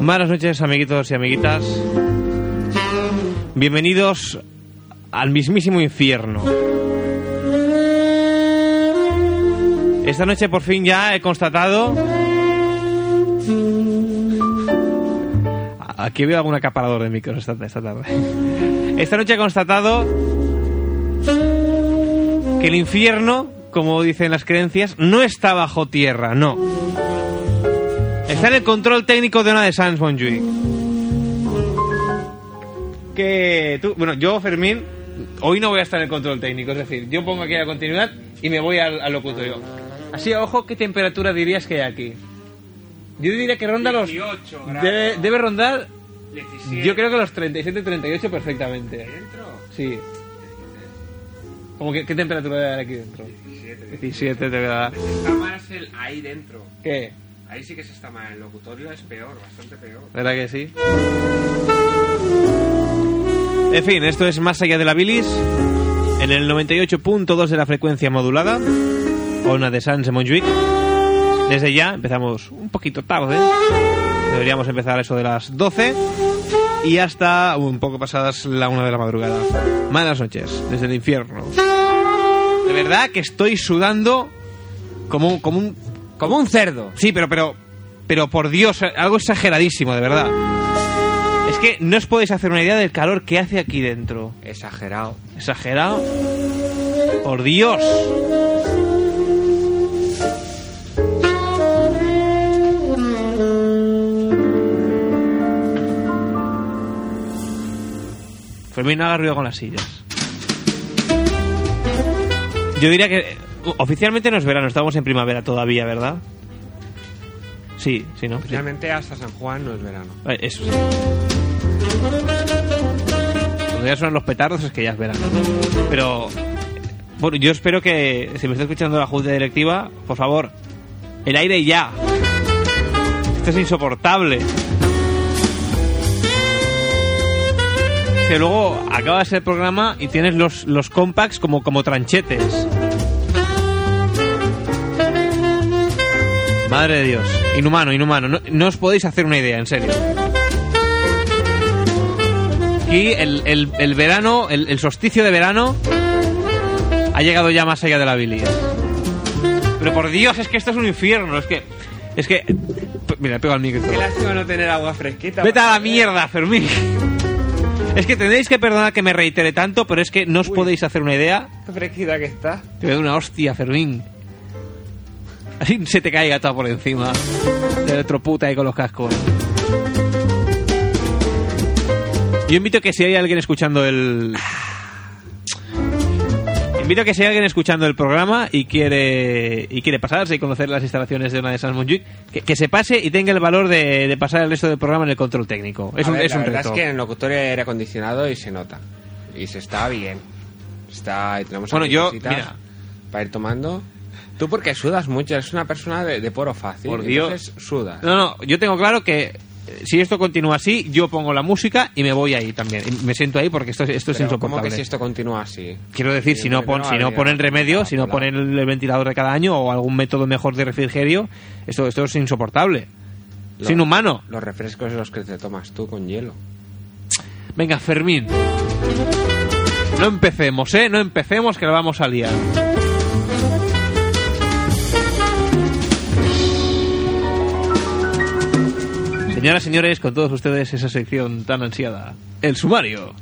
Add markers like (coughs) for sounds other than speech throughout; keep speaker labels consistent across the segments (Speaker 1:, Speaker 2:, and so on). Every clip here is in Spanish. Speaker 1: Buenas noches, amiguitos y amiguitas. Bienvenidos al mismísimo infierno. Esta noche por fin ya he constatado... Aquí veo algún acaparador de micros esta, esta tarde. Esta noche he constatado que el infierno, como dicen las creencias, no está bajo tierra, no. Está en el control técnico de una de Sans Bonjuic. Que tú, bueno, yo, Fermín, hoy no voy a estar en el control técnico, es decir, yo pongo aquí la continuidad y me voy al, al locutorio. Así, a ojo, ¿qué temperatura dirías que hay aquí? Yo diría que ronda los.
Speaker 2: 18 grados.
Speaker 1: Debe, debe rondar,
Speaker 2: 17.
Speaker 1: yo creo que los 37-38 perfectamente.
Speaker 2: ¿Dentro?
Speaker 1: Sí. Como que, ¿Qué temperatura debe dar aquí dentro?
Speaker 2: 17.
Speaker 1: 17 te da.
Speaker 2: Está más el ahí dentro.
Speaker 1: ¿Qué?
Speaker 2: Ahí sí que se está mal. El locutorio es peor, bastante peor.
Speaker 1: ¿Verdad que sí? En fin, esto es Más allá de la bilis, en el 98.2 de la frecuencia modulada, una de Sans de Montjuic. Desde ya empezamos un poquito tarde, deberíamos empezar eso de las 12 y hasta un poco pasadas la una de la madrugada. Malas noches, desde el infierno. De verdad que estoy sudando como, un- como un
Speaker 3: Como un cerdo.
Speaker 1: Sí, pero, pero, pero por Dios, algo exageradísimo, de verdad. Es que no os podéis hacer una idea del calor que hace aquí dentro.
Speaker 3: Exagerado.
Speaker 1: Exagerado. Por Dios. Fermín, no haga ruido con las sillas. Yo diría que eh, oficialmente no es verano, estamos en primavera todavía, ¿verdad? Sí, sí, ¿no? Sí.
Speaker 2: Realmente hasta San Juan no es verano.
Speaker 1: Ay, Eso sí. Cuando ya suenan los petardos es que ya es verano. Pero, bueno, yo espero que, si me está escuchando la Junta Directiva, por favor, el aire ya. Esto es insoportable. Que luego acabas el programa y tienes los, los compacts como, como tranchetes. Madre de Dios. Inhumano, inhumano. No, no os podéis hacer una idea, en serio. Aquí el, el- el verano, el, el solsticio de verano, ha llegado ya más allá de la bilis. Pero por Dios, es que esto es un infierno. Es que. Es que. p- Mira, pego al micro. y todo.
Speaker 2: Qué lástima no tener agua fresquita.
Speaker 1: Vete a la mierda, Fermín. Es que tenéis que perdonar que me reitere tanto, pero es que no os podéis hacer una idea.
Speaker 2: Qué fresquita que está.
Speaker 1: Te veo una hostia, Fermín. Así se te caiga todo por encima. De otro puta ahí con los cascos. Yo invito a que si hay alguien escuchando el. Invito a que si hay alguien escuchando el programa y quiere y quiere pasarse y conocer las instalaciones de una de San Montjuic, que, que se pase y tenga el valor de, de pasar el resto del programa en el control técnico. Es
Speaker 3: A
Speaker 1: un,
Speaker 3: ver,
Speaker 1: es
Speaker 3: la
Speaker 1: un
Speaker 3: verdad
Speaker 1: reto.
Speaker 3: es que en el locutorio hay aire acondicionado y se nota. Y se está bien. Está, y tenemos
Speaker 1: Bueno,
Speaker 3: aquí
Speaker 1: yo-
Speaker 3: cositas
Speaker 1: mira.
Speaker 3: Para ir tomando. Tú porque sudas mucho, eres una persona de, de poro fácil.
Speaker 1: Por Dios.
Speaker 3: Entonces sudas.
Speaker 1: No, no, yo tengo claro que eh, si esto continúa así, yo pongo la música y me voy ahí también. Y Me siento ahí porque esto, es- esto es
Speaker 3: Pero ¿cómo
Speaker 1: insoportable.
Speaker 3: que si esto continúa así?
Speaker 1: Quiero decir,
Speaker 3: Sí,
Speaker 1: si no,
Speaker 3: porque
Speaker 1: pon,
Speaker 3: no
Speaker 1: si no
Speaker 3: habría-
Speaker 1: ponen remedio,
Speaker 3: Ah,
Speaker 1: si no
Speaker 3: claro.
Speaker 1: ponen el ventilador de cada año o algún método mejor de refrigerio, esto, esto es insoportable.
Speaker 3: Lo-
Speaker 1: Es inhumano.
Speaker 3: Los refrescos los que te tomas tú con hielo.
Speaker 1: Venga, Fermín. No empecemos, ¿eh? No empecemos que la vamos a liar. Señoras, señores, con todos ustedes esa sección tan ansiada. El sumario.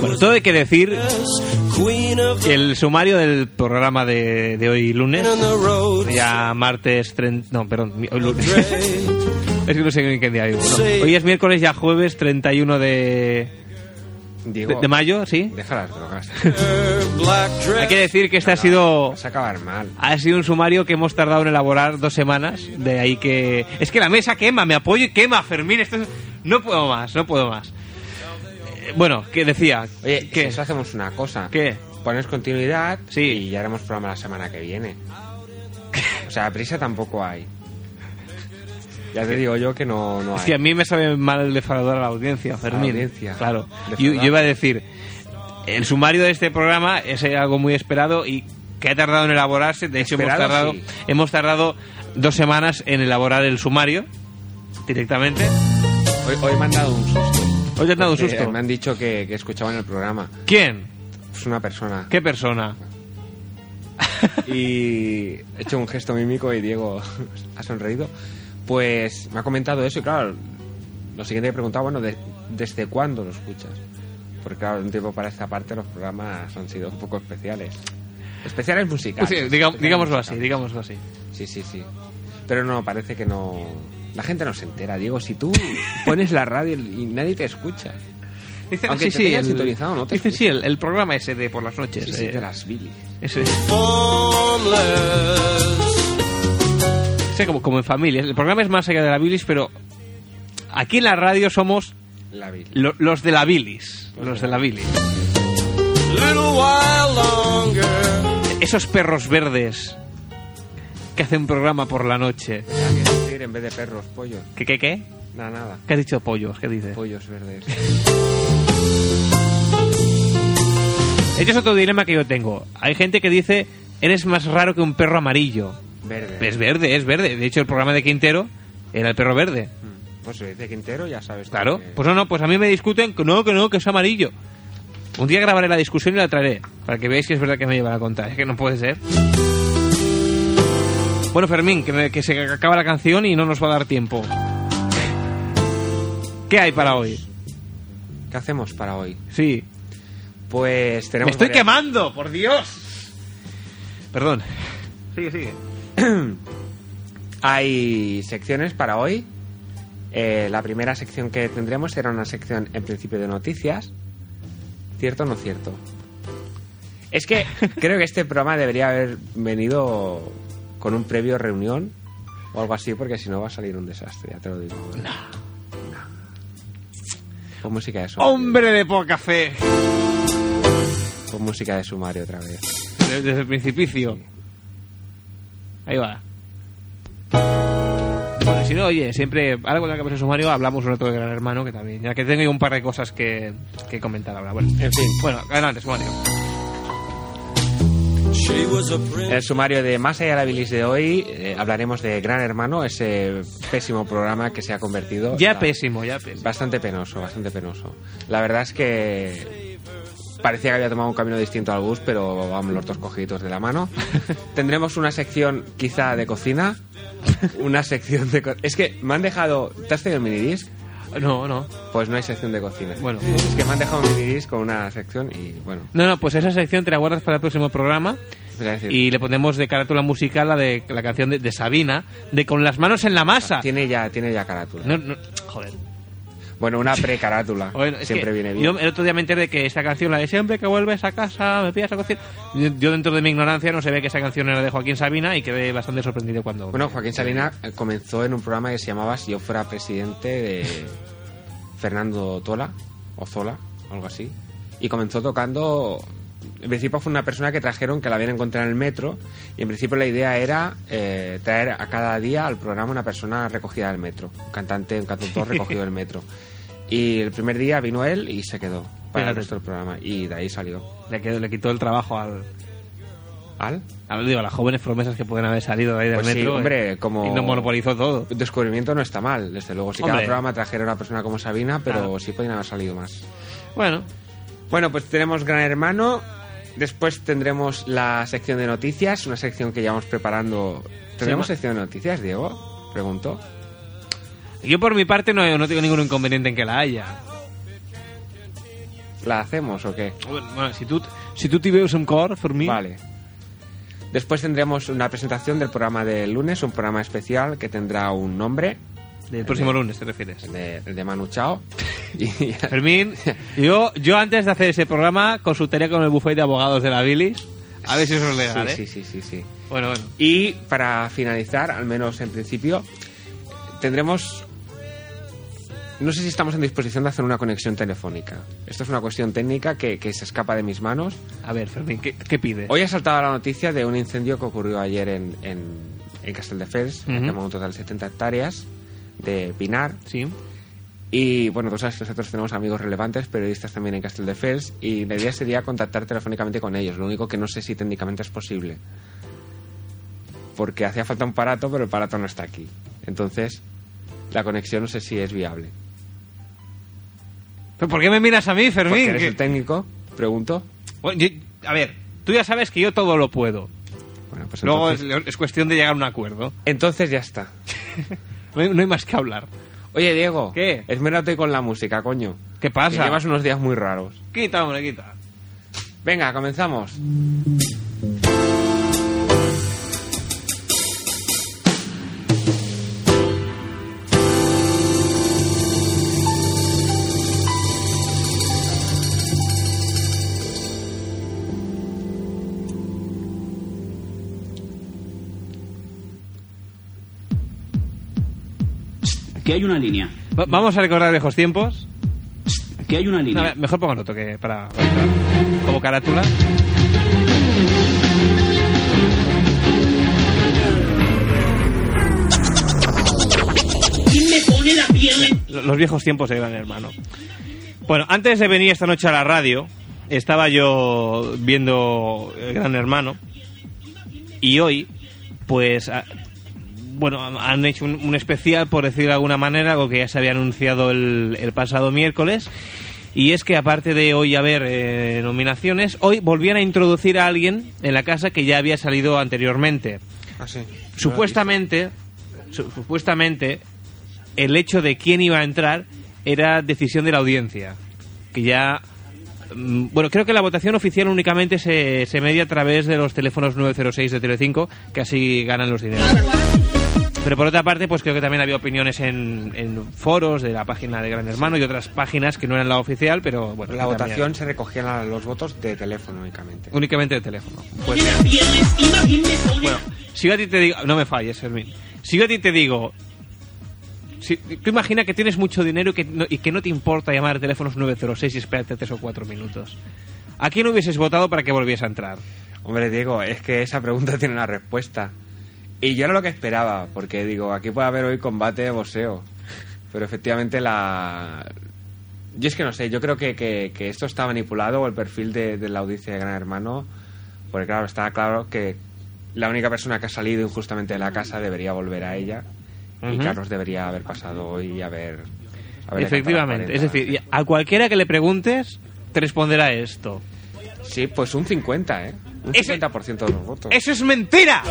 Speaker 1: Bueno, todo hay que decir que el sumario del programa de, de hoy lunes, ya martes 30... No, perdón, mi- hoy lunes. (laughs) es que no sé en qué día vivo. no. Hoy es miércoles, ya jueves 31 de,
Speaker 3: Digo,
Speaker 1: de, de mayo, ¿sí?
Speaker 3: Deja las drogas. (laughs)
Speaker 1: Hay que decir que este ha sido...
Speaker 3: Vas a acabar mal.
Speaker 1: Ha sido un sumario que hemos tardado en elaborar dos semanas, de ahí que... Es que la mesa quema, me apoyo y quema, Fermín, esto es- No puedo más, no puedo más. Eh, Bueno, que decía... eh,
Speaker 3: Oye,
Speaker 1: que-
Speaker 3: que eso hacemos una cosa.
Speaker 1: ¿Qué?
Speaker 3: Pones continuidad
Speaker 1: Sí.
Speaker 3: y ya haremos programa la semana que viene. O sea, prisa tampoco hay. Ya te digo yo que no, no hay.
Speaker 1: Es que a mí me sabe mal defraudar a la audiencia, Fermín.
Speaker 3: audiencia.
Speaker 1: Claro. Yo,
Speaker 3: Defraudar.
Speaker 1: yo iba a decir, el sumario de este programa es algo muy esperado y que ha tardado en elaborarse. De hecho, hemos
Speaker 3: Esperado,
Speaker 1: tardado,
Speaker 3: sí.
Speaker 1: hemos tardado dos semanas en elaborar el sumario directamente.
Speaker 3: Hoy, hoy me han dado un susto.
Speaker 1: Hoy te han dado un
Speaker 3: Porque
Speaker 1: susto.
Speaker 3: Me han dicho que, que escuchaban el programa.
Speaker 1: ¿Quién?
Speaker 3: Es una persona.
Speaker 1: ¿Qué persona?
Speaker 3: Y he hecho un gesto mímico y Diego (laughs) ha sonreído. Pues me ha comentado eso y claro, lo siguiente que he preguntado, bueno, de- ¿desde cuándo lo escuchas? Porque claro, de un tiempo para esta parte los programas han sido un poco especiales. Especiales musicales.
Speaker 1: Pues Sí, diga-
Speaker 3: especiales
Speaker 1: digámoslo así,
Speaker 3: musicales.
Speaker 1: digámoslo así.
Speaker 3: Sí, sí, sí. Pero no, parece que no. La gente no se entera, Diego.
Speaker 1: (laughs)
Speaker 3: Si tú pones la radio y nadie te escucha.
Speaker 1: Dicen, sí,
Speaker 3: Aunque te
Speaker 1: sí,
Speaker 3: tengan
Speaker 1: el,
Speaker 3: sintonizado, no te
Speaker 1: dicen,
Speaker 3: escucho.
Speaker 1: sí, el, el programa ese de por las noches.
Speaker 3: Sí, sí,
Speaker 1: eh,
Speaker 3: de las bilis.
Speaker 1: ese. Sí, como, como en familia. El programa es más allá de la bilis, pero aquí en la radio somos
Speaker 3: La bilis.
Speaker 1: lo- los de la bilis. Los de la bilis. Esos perros verdes que hacen programa por la noche.
Speaker 3: Hay que decir en vez de perros, pollos.
Speaker 1: ¿Qué, qué, qué?
Speaker 3: Nada, nada.
Speaker 1: ¿Qué has dicho pollos? ¿Qué dices?
Speaker 3: Pollos verdes.
Speaker 1: Este es otro dilema que yo tengo. Hay gente que dice, eres más raro que un perro amarillo.
Speaker 3: Verde.
Speaker 1: Es verde, es verde. De hecho, el programa de Quintero era el perro verde.
Speaker 3: Mm. Pues se dice Quintero, ya sabes. tú
Speaker 1: Claro.
Speaker 3: que-
Speaker 1: Pues no, no, pues a mí me discuten que no, que no, que es amarillo. Un día grabaré la discusión y la traeré, para que veáis que es verdad que me llevan a contar. Es ¿eh? que no puede ser. Bueno, Fermín, que, me- que se acaba la canción y no nos va a dar tiempo. ¿Qué hay para hoy?
Speaker 3: ¿Qué hacemos para hoy?
Speaker 1: Sí.
Speaker 3: Pues tenemos.
Speaker 1: Me estoy
Speaker 3: varias-
Speaker 1: quemando, por Dios. Perdón. Sigue, sigue.
Speaker 3: Hay secciones para hoy. Eh, la primera sección que tendremos será una sección en principio de noticias. ¿Cierto o no cierto?
Speaker 1: (laughs)
Speaker 3: Es que creo que este programa debería haber venido con un previo reunión o algo así, porque si no va a salir un desastre, ya te lo digo. ¿eh? No. Con música de sumario.
Speaker 1: Hombre de poca fe.
Speaker 3: Con música de sumario otra vez.
Speaker 1: De- Desde el principicio. Ahí va. Bueno, si no, oye, siempre, ahora cuando acabemos el sumario, hablamos un rato de Gran Hermano, que también, ya que tengo yo un par de cosas que, que comentar ahora. Bueno,
Speaker 3: En fin.
Speaker 1: bueno, adelante, sumario.
Speaker 3: El sumario de Más allá de la bilis de hoy eh, hablaremos de Gran Hermano, ese pésimo programa que se ha convertido.
Speaker 1: Ya
Speaker 3: la-
Speaker 1: pésimo, ya pésimo.
Speaker 3: Bastante penoso, bastante penoso. La verdad es que parecía que había tomado un camino distinto al bus, pero vamos los dos cogiditos de la
Speaker 1: (laughs)
Speaker 3: mano. Tendremos una sección quizá de cocina, una sección de... co- Es que me han dejado... ¿Te has tenido el minidisc?
Speaker 1: No, no.
Speaker 3: Pues no hay sección de cocina.
Speaker 1: Bueno.
Speaker 3: Es que me han dejado un minidisc con una sección y bueno...
Speaker 1: No, no, pues esa sección te la guardas para el próximo programa
Speaker 3: voy a decir,
Speaker 1: y le ponemos de carátula musical la de la canción de, de Sabina, de Con las manos en la masa.
Speaker 3: Tiene ya, tiene ya carátula.
Speaker 1: No, no, joder.
Speaker 3: Bueno, una precarátula.
Speaker 1: (laughs) Bueno, es
Speaker 3: Siempre
Speaker 1: que
Speaker 3: viene bien.
Speaker 1: Yo el otro día me enteré de que esta canción, la de siempre que vuelves a casa, me pidas a cocinar. Yo, yo dentro de mi ignorancia no sabía que esa canción era de Joaquín Sabina y quedé bastante sorprendido cuando.
Speaker 3: Bueno, Joaquín Salina eh, comenzó en un programa que se llamaba Si yo fuera presidente de Fernando Tola o Zola, algo así. Y comenzó tocando. En principio fue una persona que trajeron que la habían encontrado en el metro. Y en principio la idea era eh, traer a cada día al programa una persona recogida del metro. Un cantante,
Speaker 1: (laughs)
Speaker 3: un cantautor recogido del metro. Y el primer día vino él y se quedó para
Speaker 1: Fíjate.
Speaker 3: el resto del programa. Y de ahí salió.
Speaker 1: le, quedó- le quitó el trabajo al.
Speaker 3: ¿Al?
Speaker 1: al- digo, a las jóvenes promesas que pueden haber salido de ahí del
Speaker 3: Pues sí,
Speaker 1: metro.
Speaker 3: hombre,
Speaker 1: eh,
Speaker 3: como-
Speaker 1: Y nos monopolizó todo.
Speaker 3: descubrimiento no está mal, desde luego. Si cada
Speaker 1: Hombre.
Speaker 3: programa trajera una persona como Sabina, pero
Speaker 1: Claro.
Speaker 3: sí podrían haber salido más.
Speaker 1: Bueno,
Speaker 3: Bueno, pues tenemos Gran Hermano. Después tendremos la sección de noticias, una sección que llevamos preparando. ¿Tendremos
Speaker 1: Sí, ma-
Speaker 3: sección de noticias, Diego? Pregunto.
Speaker 1: yo por mi parte no, no tengo ningún inconveniente en que la haya.
Speaker 3: ¿La hacemos o qué?
Speaker 1: Bueno, bueno, si tú, si tú te ves un core, por mí.
Speaker 3: Vale. Después tendremos una presentación del programa del lunes, un programa especial que tendrá un nombre,
Speaker 1: Del
Speaker 3: (laughs)
Speaker 1: próximo lunes te refieres.
Speaker 3: el de, el de Manu
Speaker 1: (laughs)
Speaker 3: Chao. Y
Speaker 1: Fermín, yo, yo antes de hacer ese programa consultaría con el bufete de abogados de la Bilis. A ver si eso es legal, ¿eh?
Speaker 3: sí, sí, sí, sí, sí.
Speaker 1: Bueno, bueno.
Speaker 3: Y para finalizar, al menos en principio, tendremos... No sé si estamos en disposición de hacer una conexión telefónica. Esto es una cuestión técnica que, que se escapa de mis manos.
Speaker 1: A ver, Fermín, ¿qué, qué pides?
Speaker 3: Hoy ha saltado la noticia de un incendio que ocurrió ayer en, en, en Casteldefels, que
Speaker 1: Ujú.
Speaker 3: quemó un total de 70 hectáreas. de Pinar.
Speaker 1: Sí.
Speaker 3: Y bueno, tú sabes que nosotros tenemos amigos relevantes, periodistas también en Castelldefels, y la idea sería contactar telefónicamente con ellos. Lo único que no sé si técnicamente es posible. Porque hacía falta un parato, pero el parato no está aquí. Entonces, la conexión no sé si es viable.
Speaker 1: ¿Pero por qué me miras a mí,
Speaker 3: Porque
Speaker 1: Fermín?
Speaker 3: eres
Speaker 1: Que-
Speaker 3: el técnico, pregunto.
Speaker 1: Bueno, yo- a ver, tú ya sabes que yo todo lo puedo.
Speaker 3: Bueno, pues
Speaker 1: Luego
Speaker 3: entonces,
Speaker 1: es, es cuestión de llegar a un acuerdo.
Speaker 3: entonces ya está.
Speaker 1: No hay, no hay más que hablar.
Speaker 3: Oye, Diego,
Speaker 1: ¿Qué?
Speaker 3: esmérate con la música, coño.
Speaker 1: ¿Qué
Speaker 3: Que
Speaker 1: pasa?
Speaker 3: llevas unos días muy raros.
Speaker 1: Quita, hombre, quita.
Speaker 3: Venga, comenzamos.
Speaker 2: Aquí hay una línea.
Speaker 1: Va- vamos a recordar viejos tiempos.
Speaker 2: Aquí hay una
Speaker 1: No, a
Speaker 2: línea.
Speaker 1: ver, mejor pongan otro que para, para entrar. Como carátula.
Speaker 2: ¿Quién me pone la pierna?
Speaker 1: Lo- Los viejos tiempos eran hermano. Bueno, antes de venir esta noche a la radio, estaba yo viendo el Gran Hermano. Y hoy, pues. a- bueno, han- han hecho un, un especial, por decirlo de alguna manera, algo que ya se había anunciado el, el pasado miércoles. Y es que aparte de hoy haber eh, nominaciones, hoy volvían a introducir a alguien en la casa que ya había salido anteriormente. Supuestamente, su- supuestamente, el hecho de quién iba a entrar era decisión de la audiencia. Que ya. mm, Bueno, creo que la votación oficial únicamente se, se media a través de los teléfonos 906 de Telecinco, que así ganan los dineros. Pero por otra parte, pues creo que también había opiniones en, en foros de la página de Gran Hermano y otras páginas que no eran la oficial, pero bueno.
Speaker 3: La
Speaker 1: que también-
Speaker 3: votación se recogían a los votos de teléfono únicamente.
Speaker 1: Únicamente de teléfono. Pues-
Speaker 2: Pone la pierna encima. ¿Quién me pone?
Speaker 1: bueno, si yo a ti te digo. No me falles, Fermín. Si yo a ti te digo. Si, tú imagina que tienes mucho dinero y que, no, y que no te importa llamar a teléfonos 906 y esperarte tres o cuatro minutos. ¿A quién hubieses votado para que volviese a entrar?
Speaker 3: Hombre, Diego, es que esa pregunta (laughs) tiene una respuesta. Y yo era lo que esperaba, porque digo, aquí puede haber hoy combate de boxeo. Pero efectivamente la... Yo es que no sé, yo creo que, que- que esto está manipulado, o el perfil de, de la audiencia de Gran Hermano, porque claro, está claro que la única persona que ha salido injustamente de la casa debería volver a ella, y
Speaker 1: Ujú.
Speaker 3: Carlos debería haber pasado hoy y haber... haber
Speaker 1: Efectivamente. Es
Speaker 3: decantado
Speaker 1: decir, y a cualquiera que le preguntes, te responderá esto.
Speaker 3: Sí, pues un 50, ¿eh? Un
Speaker 1: Ese-
Speaker 3: 50% de los votos.
Speaker 1: ¡Eso es mentira!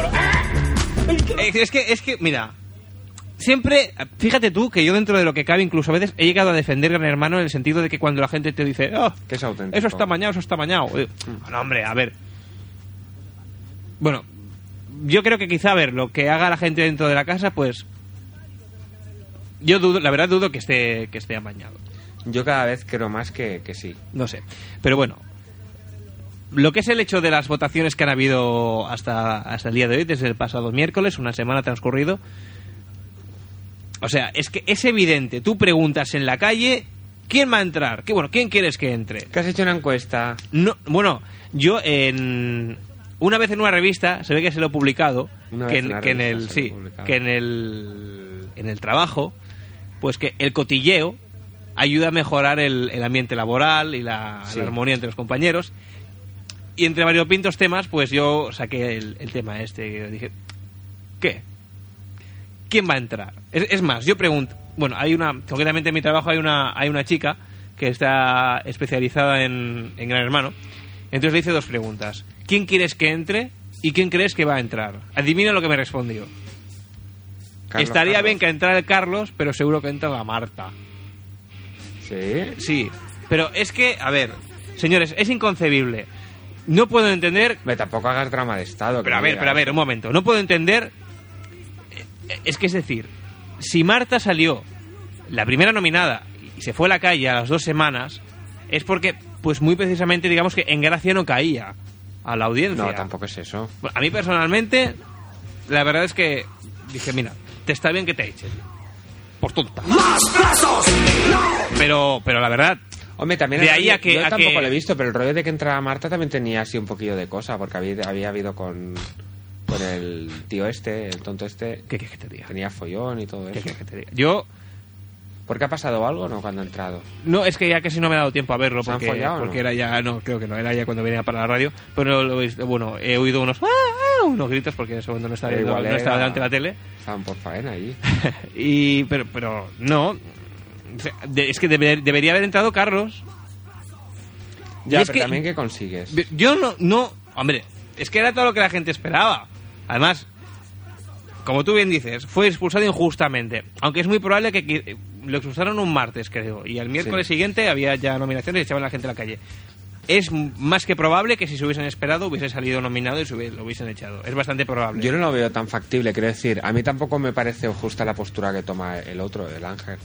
Speaker 1: Es es que, es que, mira. Siempre, fíjate tú que yo dentro de lo que cabe, incluso a veces he llegado a defender Gran Hermano en el sentido de que cuando la gente te dice, "Oh,
Speaker 3: Que es auténtico.
Speaker 1: eso está mañado, eso está mañado. Digo, No, hombre, a ver. Bueno, yo creo que quizá, a ver, lo que haga la gente dentro de la casa, pues. Yo dudo, la verdad dudo que esté, que esté amañado.
Speaker 3: Yo cada vez creo más que, que sí.
Speaker 1: No sé. Pero bueno. Lo que es el hecho de las votaciones que han habido hasta, hasta el día de hoy, desde el pasado miércoles, una semana transcurrido. O sea, es que es evidente. Tú preguntas en la calle quién va a entrar. Que, bueno, ¿quién quieres que entre?
Speaker 3: Que has hecho una encuesta.
Speaker 1: No, bueno, yo en una vez en una revista se ve que se lo he publicado
Speaker 3: Una
Speaker 1: que,
Speaker 3: vez en
Speaker 1: en,
Speaker 3: una
Speaker 1: que en
Speaker 3: revista
Speaker 1: el
Speaker 3: se lo he
Speaker 1: sí,
Speaker 3: publicado.
Speaker 1: que en el en el trabajo, pues que el cotilleo ayuda a mejorar el, el ambiente laboral y la,
Speaker 3: Sí.
Speaker 1: la armonía entre los compañeros. Y entre varios pintos temas, pues yo saqué el, el tema este. que dije, ¿qué? ¿Quién va a entrar? Es, es más, yo pregunto. Bueno, hay una. Concretamente en mi trabajo hay una, hay una chica que está especializada en, en Gran Hermano. Entonces le hice dos preguntas. ¿Quién quieres que entre y quién crees que va a entrar? Adivina lo que me respondió.
Speaker 3: Carlos,
Speaker 1: Estaría
Speaker 3: Carlos.
Speaker 1: bien que entrara el Carlos, pero seguro que entra la Marta.
Speaker 3: Sí.
Speaker 1: Sí. Pero es que, a ver, señores, es inconcebible. No puedo entender
Speaker 3: Hombre, tampoco hagas drama de estado. que
Speaker 1: Pero a
Speaker 3: no
Speaker 1: ver,
Speaker 3: digas.
Speaker 1: pero a ver, un momento. No puedo entender. eh, Es que es decir, si Marta salió la primera nominada y se fue a la calle a las dos semanas, es porque, pues muy precisamente, digamos que en gracia no caía a la audiencia.
Speaker 3: No, tampoco es eso.
Speaker 1: Bueno, a mí personalmente, la verdad es que dije, mira, te está bien que te echen. Por tonta. Pero, pero la verdad,
Speaker 3: Hombre, también.
Speaker 1: De
Speaker 3: el
Speaker 1: ahí
Speaker 3: rollo-
Speaker 1: a que-
Speaker 3: Yo
Speaker 1: a
Speaker 3: tampoco
Speaker 1: que-
Speaker 3: lo he visto, pero el rollo de que entraba Marta también tenía así un poquillo de cosa, porque había, había habido con. con el tío este, el tonto este.
Speaker 1: ¿Qué quieres que te diga?
Speaker 3: Tenía follón y todo
Speaker 1: ¿Qué
Speaker 3: eso.
Speaker 1: quieres que te diga? Yo,
Speaker 3: ¿Por qué ha pasado algo no cuando ha entrado?
Speaker 1: no, es que ya casi no me ha dado tiempo a verlo
Speaker 3: ¿Se han
Speaker 1: porque,
Speaker 3: follado o no?
Speaker 1: porque era ya, no, creo que no, era ya cuando venía para la radio. Pero lo he- bueno, he oído unos, "Ah, ah", unos gritos porque en ese momento no estaba,
Speaker 3: Pero
Speaker 1: viendo-
Speaker 3: igual
Speaker 1: no estaba
Speaker 3: era-
Speaker 1: delante de la tele.
Speaker 3: Estaban por
Speaker 1: (laughs)
Speaker 3: faena allí.
Speaker 1: y pero pero no O sea, de- es que debe- debería haber entrado Carlos
Speaker 3: Ya,
Speaker 1: Y es
Speaker 3: pero
Speaker 1: que-
Speaker 3: también ¿qué consigues?
Speaker 1: Ve- yo no no hombre es que era todo lo que la gente esperaba además como tú bien dices fue expulsado injustamente aunque es muy probable que qui- lo expulsaron un martes creo y al miércoles
Speaker 3: Sí.
Speaker 1: siguiente había ya nominaciones y echaban a la gente a la calle es m- más que probable que si se hubiesen esperado hubiese salido nominado y se hubie- lo hubiesen echado es bastante probable
Speaker 3: Yo no lo veo tan factible, quiero decir, a mí tampoco me parece justa la postura que toma el otro, el ángel.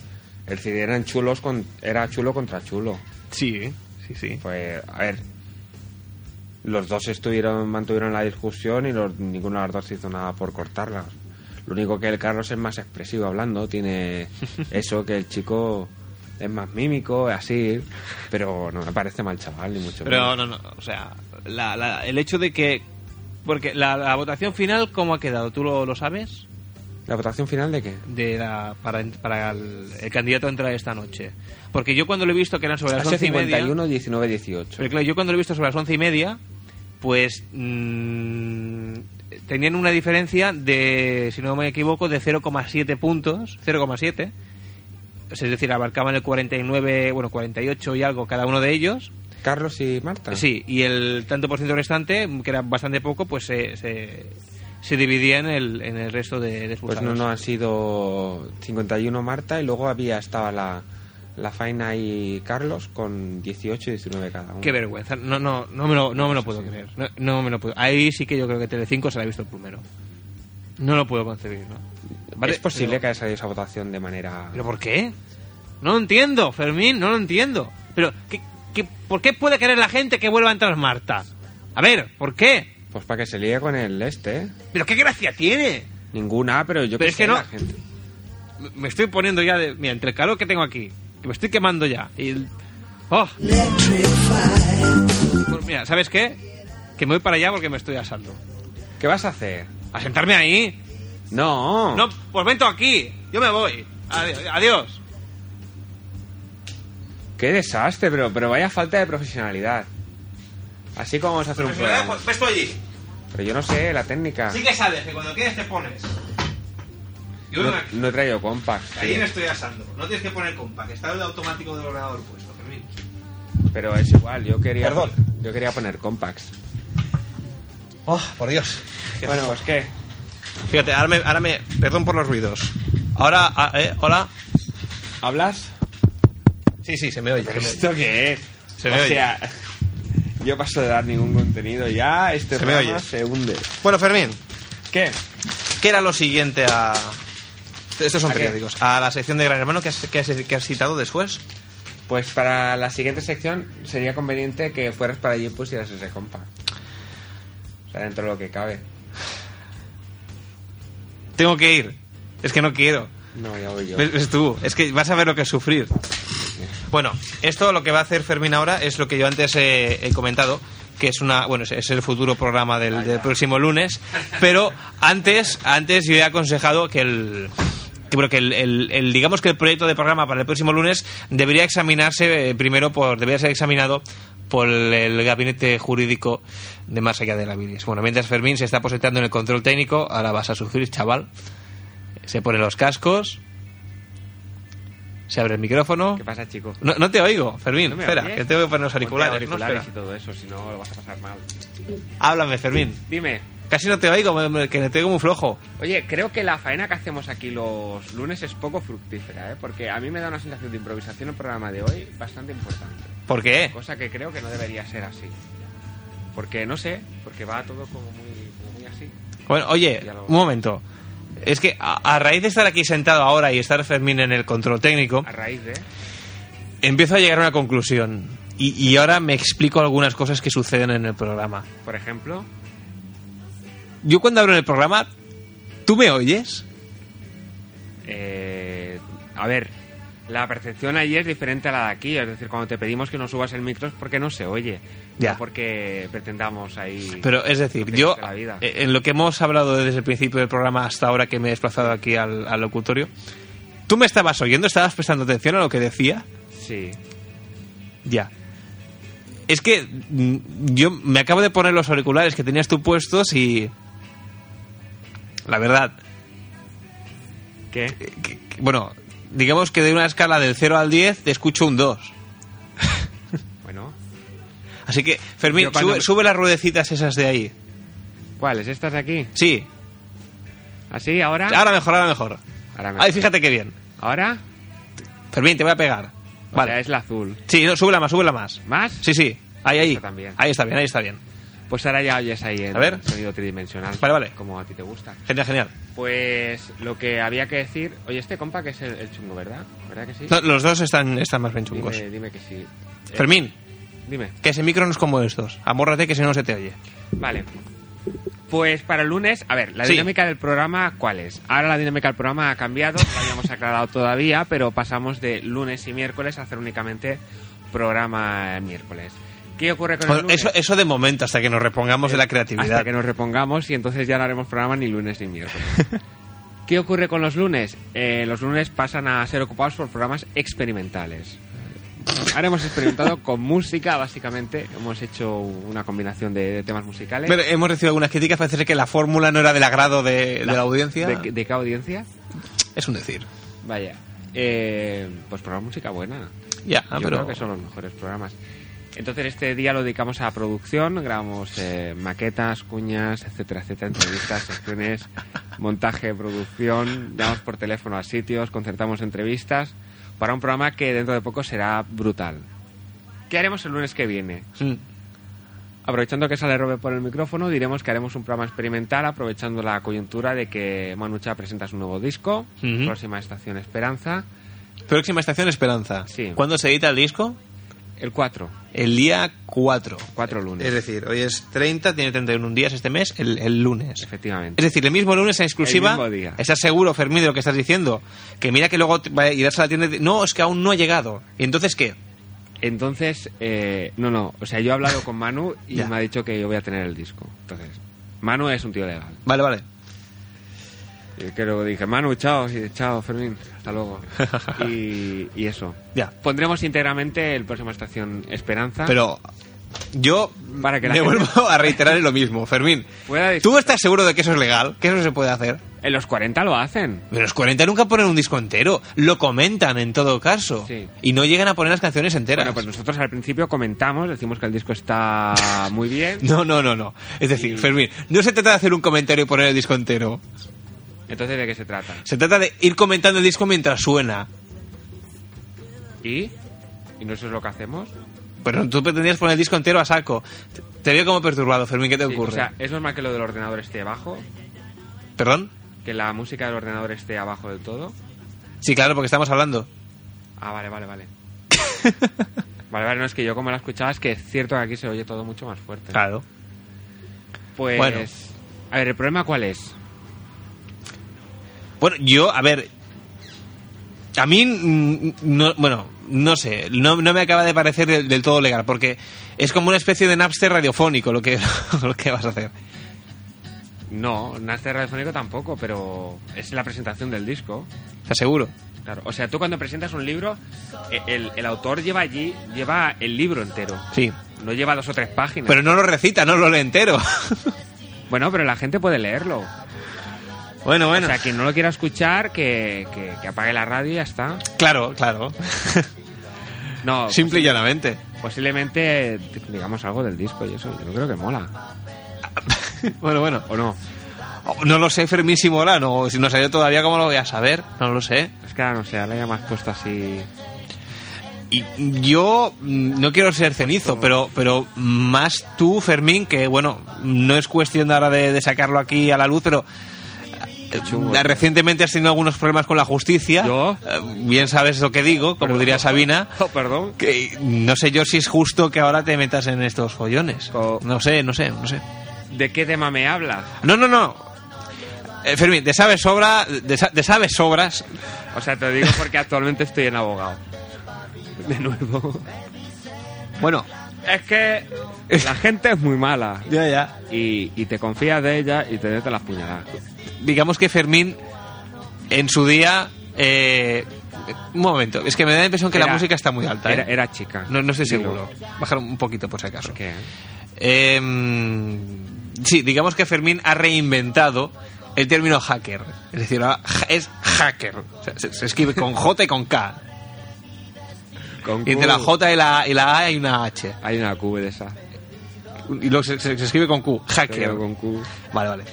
Speaker 3: Es decir, eran chulos con, era chulo contra chulo.
Speaker 1: sí sí sí
Speaker 3: Pues, a ver, los dos estuvieron, mantuvieron la discusión y los, ninguno de los dos hizo nada por cortarla. Lo único que el Carlos es más expresivo
Speaker 1: (laughs)
Speaker 3: hablando, tiene eso que el chico es más mímico, así, pero no me parece mal chaval, ni mucho
Speaker 1: Pero
Speaker 3: menos.
Speaker 1: no, no, o sea, la- la- el hecho de que... Porque la, la votación final, ¿cómo ha quedado? ¿Tú lo, lo sabes?
Speaker 3: ¿La votación final de qué?
Speaker 1: De la, para en- para el, el candidato a entrar esta noche. Porque yo cuando lo he visto que eran sobre las
Speaker 3: Hace
Speaker 1: once y media...
Speaker 3: 51, 19, 18.
Speaker 1: Pero claro, yo cuando lo he visto sobre las once y media, pues mm, tenían una diferencia de, si no me equivoco, de 0,7 puntos, 0,7. Es decir, abarcaban el 49, bueno, 48 y algo cada uno de ellos.
Speaker 3: Carlos y Marta.
Speaker 1: Sí, y el tanto por ciento restante, que era bastante poco, pues se, se, se dividía en el, en el resto de, de
Speaker 3: Pues
Speaker 1: expulsados.
Speaker 3: no, no, han sido 51 Marta y luego había estaba la, la Faina y Carlos con 18 y 19 cada uno.
Speaker 1: Qué vergüenza, no, no, no, me, lo, no me lo puedo creer. No, no me lo puedo. Ahí sí que yo creo que Telecinco se la ha visto el plumero. No lo puedo concebir, ¿no? Vale,
Speaker 3: es posible
Speaker 1: pero-
Speaker 3: que haya salido esa votación de manera...
Speaker 1: ¿Pero por qué? No lo entiendo, Fermín, no lo entiendo. Pero, ¿qué, qué, ¿por qué puede querer la gente que vuelva a entrar Marta? A ver, ¿por qué?
Speaker 3: Pues para que se líe con el este, ¿eh?
Speaker 1: ¿Pero qué gracia tiene?
Speaker 3: Ninguna, pero yo
Speaker 1: Pero
Speaker 3: qué
Speaker 1: es
Speaker 3: sé,
Speaker 1: que no.
Speaker 3: la gente.
Speaker 1: Me- Me estoy poniendo ya de. Mira, entre el calor que tengo aquí, que me estoy quemando ya. Y el- ¡Oh! Pues mira, ¿sabes qué? Que me voy para allá porque me estoy asando.
Speaker 3: ¿Qué vas a hacer?
Speaker 1: ¿A sentarme ahí?
Speaker 3: No.
Speaker 1: No, pues vento aquí. Yo me voy. Adi- Adiós.
Speaker 3: Qué desastre, pero, pero vaya falta de profesionalidad. Así como vamos a hacer un programa.
Speaker 1: Pues estoy allí.
Speaker 3: Pero yo no sé la técnica.
Speaker 1: Sí que sabes que cuando quieres te pones. Yo
Speaker 3: No,
Speaker 1: vengo aquí.
Speaker 3: no he traído compas.
Speaker 1: Ahí me estoy asando. No tienes que poner compa, que está el automático del ordenador puesto, Fermín.
Speaker 3: Pero es igual, yo quería.
Speaker 1: Perdón.
Speaker 3: Yo quería poner compacts.
Speaker 1: Oh, por Dios.
Speaker 3: Bueno, pues qué.
Speaker 1: Fíjate, ahora me, ahora me. Perdón por los ruidos. Ahora, ah, eh, hola.
Speaker 3: ¿Hablas?
Speaker 1: Sí, sí, se me oye. se me oye.
Speaker 3: ¿Esto qué es?
Speaker 1: Se me
Speaker 3: o
Speaker 1: oye.
Speaker 3: sea, yo paso de dar ningún contenido ya. Este
Speaker 1: Se me
Speaker 3: programa
Speaker 1: oye.
Speaker 3: se hunde.
Speaker 1: Bueno, Fermín,
Speaker 3: ¿Qué?
Speaker 1: ¿qué era lo siguiente a. Estos son
Speaker 3: ¿A qué?
Speaker 1: periódicos. A la sección de Gran Hermano que has, que has, que has citado después.
Speaker 3: Pues para la siguiente sección sería conveniente que fueras para allí y pusieras ese compa. O sea, dentro de lo que cabe.
Speaker 1: Tengo que ir. Es que no quiero.
Speaker 3: No, ya voy yo.
Speaker 1: Ves, ves tú, es que vas a ver lo que es sufrir. Bueno, esto lo que va a hacer Fermín ahora es lo que yo antes he, he comentado, que es una, bueno, es, es el futuro programa del, del próximo lunes, pero antes, antes yo he aconsejado que el que, bueno, que el, el- el- digamos que el proyecto de programa para el próximo lunes debería examinarse eh, primero por debería ser examinado por el, el gabinete jurídico de más allá de la bilis. Bueno, mientras Fermín se está posetando en el control técnico, ahora vas a sufrir, chaval. Se pone los cascos. Se abre el micrófono.
Speaker 3: ¿Qué pasa, chico?
Speaker 1: No, no te oigo, Fermín.
Speaker 3: ¿No me
Speaker 1: espera,
Speaker 3: oyes?
Speaker 1: que tengo que poner los auriculares.
Speaker 3: Ponte
Speaker 1: no,
Speaker 3: auriculares y
Speaker 1: espera.
Speaker 3: todo eso, si no lo vas a pasar mal.
Speaker 1: Háblame, Fermín.
Speaker 3: Dime,
Speaker 1: Casi no te oigo, me- me- que me tengo muy flojo.
Speaker 3: Oye, creo que la faena que hacemos aquí los lunes es poco fructífera, ¿eh? Porque a mí me da una sensación de improvisación el programa de hoy bastante importante.
Speaker 1: ¿Por qué?
Speaker 3: Cosa que creo que no debería ser así. Porque no sé, porque va todo como muy, como muy así.
Speaker 1: Bueno, oye,
Speaker 3: Ya lo-
Speaker 1: un momento. Es que a, a raíz de estar aquí sentado ahora y estar Fermín en el control técnico,
Speaker 3: A raíz de...
Speaker 1: empiezo a llegar a una conclusión. Y, y ahora me explico algunas cosas que suceden en el programa.
Speaker 3: Por ejemplo,
Speaker 1: Yo cuando abro el programa, ¿tú me oyes?
Speaker 3: eh, a ver, La percepción allí es diferente a la de aquí. Es decir, cuando te pedimos que no subas el micro es porque no se oye.
Speaker 1: Ya.
Speaker 3: No porque pretendamos ahí.
Speaker 1: Pero eh, es decir,
Speaker 3: Lo que
Speaker 1: yo,
Speaker 3: dice la vida.
Speaker 1: eh, en lo que hemos hablado desde el principio del programa hasta ahora que me he desplazado aquí al, al locutorio, ¿tú me estabas oyendo? ¿Estabas prestando atención a lo que decía?
Speaker 3: Sí.
Speaker 1: Ya. Es que mm, yo me acabo de poner los auriculares que tenías tú puestos y... La verdad,
Speaker 3: ¿Qué?
Speaker 1: que- que- bueno, digamos que de una escala del 0 al 10 te escucho un 2.
Speaker 3: Bueno.
Speaker 1: Así que, Fermín,
Speaker 3: Yo cuando
Speaker 1: sube,
Speaker 3: me-
Speaker 1: sube las ruedecitas esas de ahí.
Speaker 3: ¿Cuáles? ¿Estas de aquí?
Speaker 1: Sí,
Speaker 3: ¿Así? ¿Ahora?
Speaker 1: ahora mejor, ahora mejor.
Speaker 3: Ahora me-
Speaker 1: Ay, fíjate qué bien.
Speaker 3: ¿Ahora?
Speaker 1: Fermín, te voy a pegar.
Speaker 3: O sea, es la azul.
Speaker 1: Sí, no, súbela más, súbela más.
Speaker 3: ¿Más?
Speaker 1: Sí, sí. Ahí, ahí.
Speaker 3: Está también.
Speaker 1: Ahí está bien, ahí está bien.
Speaker 3: Pues ahora ya oyes ahí el
Speaker 1: A ver.
Speaker 3: sonido tridimensional.
Speaker 1: Vale, vale.
Speaker 3: Como a ti te gusta.
Speaker 1: Genial, genial.
Speaker 3: Pues lo que había que decir. Oye, este compa que es el, el chungo, ¿verdad? ¿Verdad que sí?
Speaker 1: No, los dos están, están más bien chungos.
Speaker 3: Dime, dime que sí. Eh,
Speaker 1: Fermín,
Speaker 3: Dime.
Speaker 1: que ese micro no es como estos. Amórrate que si no se te oye.
Speaker 3: Vale. Pues para el lunes, a ver, la
Speaker 1: Sí.
Speaker 3: dinámica del programa, ¿cuál es? Ahora la dinámica del programa ha cambiado, no la habíamos aclarado todavía, pero pasamos de lunes y miércoles a hacer únicamente programa el miércoles. ¿Qué ocurre con el
Speaker 1: Bueno,
Speaker 3: lunes?
Speaker 1: Pues eso, eso de momento, hasta que nos repongamos de la creatividad.
Speaker 3: Hasta que nos repongamos y entonces ya no haremos programa ni lunes ni miércoles. ¿Qué ocurre con los lunes? Eh, los lunes pasan a ser ocupados por programas experimentales. Ahora hemos experimentado con música, básicamente. Hemos hecho una combinación de, de temas musicales.
Speaker 1: Pero hemos recibido algunas críticas, parece que la fórmula no era del agrado de de la, audiencia.
Speaker 3: ¿De, de qué audiencia?
Speaker 1: Es un decir.
Speaker 3: Vaya. Eh, pues programa música buena.
Speaker 1: Ya,
Speaker 3: Yo
Speaker 1: Ah, pero...
Speaker 3: creo que son los mejores programas. Entonces este día lo dedicamos a producción, grabamos eh, maquetas, cuñas, etcétera, etcétera, entrevistas, secciones, montaje, producción, llamamos por teléfono a sitios, concertamos entrevistas, para un programa que dentro de poco será brutal. ¿Qué haremos el lunes que viene?
Speaker 1: Mm.
Speaker 3: Aprovechando que sale Robe por el micrófono, diremos que haremos un programa experimental aprovechando la coyuntura de que Manucha presenta su nuevo disco,
Speaker 1: Ujú.
Speaker 3: Próxima Estación Esperanza,
Speaker 1: Próxima estación Esperanza.
Speaker 3: Sí.
Speaker 1: ¿Cuándo se edita el disco?
Speaker 3: el 4,
Speaker 1: El día 4.
Speaker 3: 4 lunes,
Speaker 1: Es decir, hoy es 30, tiene 31 días este mes, el, el lunes.
Speaker 3: efectivamente.
Speaker 1: Es decir, el mismo lunes en exclusiva.
Speaker 3: El mismo día.
Speaker 1: ¿Estás seguro, Fermín, de lo que estás diciendo? Que mira que luego te- va a irás a la tienda y te- No, es que aún no ha llegado. ¿Y entonces qué?
Speaker 3: Entonces, eh, no, no, o sea, yo he hablado con Manu y
Speaker 1: (laughs) Ya.
Speaker 3: me ha dicho que yo voy a tener el disco. Entonces, Manu es un tío legal.
Speaker 1: Vale, vale.
Speaker 3: Y creo que dije, Manu, chao, sí, chao, Fermín,
Speaker 1: (laughs)
Speaker 3: hasta luego. y, y eso.
Speaker 1: Ya.
Speaker 3: Pondremos íntegramente el próximo estación Esperanza.
Speaker 1: Pero yo
Speaker 3: Para que la
Speaker 1: me
Speaker 3: gente-
Speaker 1: vuelvo a reiterar lo mismo, Fermín.
Speaker 3: Pueda disfrutar.
Speaker 1: ¿Tú estás seguro de que eso es legal? ¿Que eso se puede hacer?
Speaker 3: En los 40 lo hacen.
Speaker 1: Pero los 40 nunca ponen un disco entero. Lo comentan en todo caso.
Speaker 3: Sí.
Speaker 1: Y no llegan a poner las canciones enteras.
Speaker 3: Bueno, pues nosotros al principio comentamos, decimos que el disco está
Speaker 1: (laughs)
Speaker 3: muy bien.
Speaker 1: No, no, no, no. Es decir, Fermín, no se trata de hacer un comentario y poner el disco entero.
Speaker 3: Entonces, ¿de qué se trata?
Speaker 1: Se trata de ir comentando el disco mientras suena.
Speaker 3: ¿Y? ¿Y no eso es lo que hacemos?
Speaker 1: Pero tú pretendías poner el disco entero a saco. Te- Te veo como perturbado, Fermín, ¿qué te
Speaker 3: Sí,
Speaker 1: ocurre?
Speaker 3: o sea, ¿es normal que lo del ordenador esté abajo?
Speaker 1: ¿Perdón?
Speaker 3: ¿Que la música del ordenador esté abajo del todo?
Speaker 1: Sí, claro, porque estamos hablando.
Speaker 3: Ah, vale,
Speaker 1: (laughs)
Speaker 3: vale, vale. vale, vale, no es que yo como la escuchaba es que es cierto que aquí se oye todo mucho más fuerte.
Speaker 1: Claro.
Speaker 3: Pues...
Speaker 1: Bueno.
Speaker 3: A ver, ¿el problema cuál es?
Speaker 1: Bueno, yo, a ver. A mí, mm, no, bueno, no sé, no, no me acaba de parecer del, del todo legal, porque es como una especie de Napster radiofónico lo que, (laughs) lo que vas a hacer.
Speaker 3: No, Naster Radiofónico tampoco, pero es la presentación del disco.
Speaker 1: ¿Estás seguro?
Speaker 3: Claro, o sea, tú cuando presentas un libro, e- el, el autor lleva allí, lleva el libro entero.
Speaker 1: Sí.
Speaker 3: No lleva dos o tres páginas.
Speaker 1: Pero no lo recita, no lo lee entero. (laughs)
Speaker 3: Bueno, pero la gente puede leerlo.
Speaker 1: bueno, bueno.
Speaker 3: O sea, quien no lo quiera escuchar, que, que- que apague la radio y ya está.
Speaker 1: claro, claro.
Speaker 3: No,
Speaker 1: Simple y llanamente.
Speaker 3: posiblemente digamos algo del disco y eso. Yo creo que (laughs) mola.
Speaker 1: Bueno, bueno.
Speaker 3: ¿O no?
Speaker 1: Oh, No lo sé, Fermín Simora, no, si no sé yo todavía cómo lo voy a saber, no lo sé.
Speaker 3: Es que ahora no sé, ahora ya me has puesto así.
Speaker 1: Y yo mm, no quiero ser cenizo, pero, pero más tú, Fermín, que bueno, no es cuestión ahora de, de sacarlo aquí a la luz, pero eh,
Speaker 3: chungo,
Speaker 1: eh,
Speaker 3: tío.
Speaker 1: recientemente has tenido algunos problemas con la justicia.
Speaker 3: ¿Yo?
Speaker 1: Eh, Bien sabes lo que digo, como diría Sabina.
Speaker 3: (laughs) Oh, perdón.
Speaker 1: Que no sé yo si es justo que ahora te metas en estos follones.
Speaker 3: Co-
Speaker 1: No sé, no sé, no sé.
Speaker 3: ¿De qué tema me hablas?
Speaker 1: No, no, no. Eh, Fermín, de sabes sobra, de, sa- de sabes sobras.
Speaker 3: O sea, te lo digo porque actualmente estoy en abogado. De nuevo.
Speaker 1: Bueno,
Speaker 3: Es que la gente es muy mala.
Speaker 1: ya, ya.
Speaker 3: Y, y te confías de ella y te mete las puñaladas.
Speaker 1: digamos que Fermín en su día eh, un momento es que me da la impresión que la
Speaker 3: Era-
Speaker 1: música está muy alta ¿eh?
Speaker 3: Era, era chica.
Speaker 1: no, no estoy
Speaker 3: Dilo.
Speaker 1: seguro bajar un poquito por si acaso
Speaker 3: ¿Por qué?
Speaker 1: Eh, sí digamos que Fermín ha reinventado el término hacker es decir ahora ja- es hacker O sea, se, se escribe con J y con K
Speaker 3: Con
Speaker 1: y entre la
Speaker 3: Q
Speaker 1: J y la, y la A hay una H
Speaker 3: Hay una Q de esa.
Speaker 1: y luego se, se- se escribe con Q hacker
Speaker 3: Pero Con Q,
Speaker 1: vale vale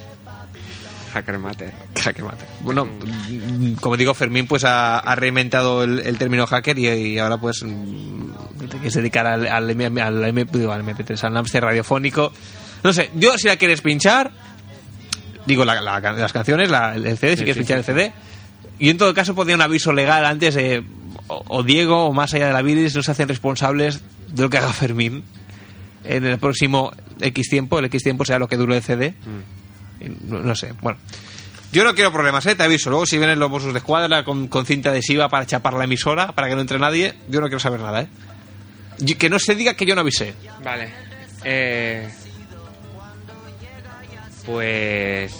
Speaker 3: hacker mate.
Speaker 1: (laughs) Hacker mate. Bueno, mm, como digo, Fermín pues ha, ha reinventado el, el término hacker y, y ahora pues mm, te quieres dedicar al, al, M- al M- digo, al MP3, al Napster radiofónico. No sé, yo si la quieres pinchar, digo la- la can- las canciones, la- el CD, si
Speaker 3: Sí,
Speaker 1: quieres
Speaker 3: sí,
Speaker 1: pinchar
Speaker 3: sí,
Speaker 1: el CD. Y en todo caso podría un aviso legal antes, eh, o, o Diego o más allá de la Viris no se hacen responsables de lo que haga Fermín en el próximo X tiempo, el X tiempo sea lo que dure el CD.
Speaker 3: Mm.
Speaker 1: No, no sé, bueno. Yo no quiero problemas, ¿eh? te aviso. Luego, si vienen los Mossos de escuadra con, con cinta adhesiva para chapar la emisora, para que no entre nadie, yo no quiero saber nada. ¿eh? Y que no se diga que yo no avisé.
Speaker 3: Vale. Eh, pues.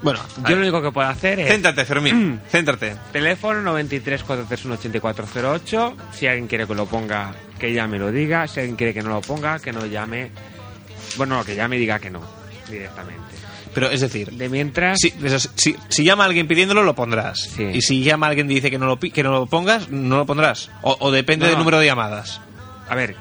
Speaker 1: Bueno, a
Speaker 3: Yo
Speaker 1: ver.
Speaker 3: lo único que puedo hacer es.
Speaker 1: céntrate, Fermín, céntrate.
Speaker 3: Teléfono 93 431 8408. Si alguien quiere que lo ponga, que ya me lo diga. Si alguien quiere que no lo ponga, que no llame. Bueno, no, que llame y diga que no, directamente.
Speaker 1: Pero es decir,
Speaker 3: De mientras.
Speaker 1: si, eso es, si, si llama alguien pidiéndolo, lo pondrás.
Speaker 3: Sí.
Speaker 1: Y si llama alguien y dice que no lo, pi- que no lo pongas, no lo pondrás. O, o depende
Speaker 3: No,
Speaker 1: del
Speaker 3: no.
Speaker 1: número de llamadas.
Speaker 3: A ver,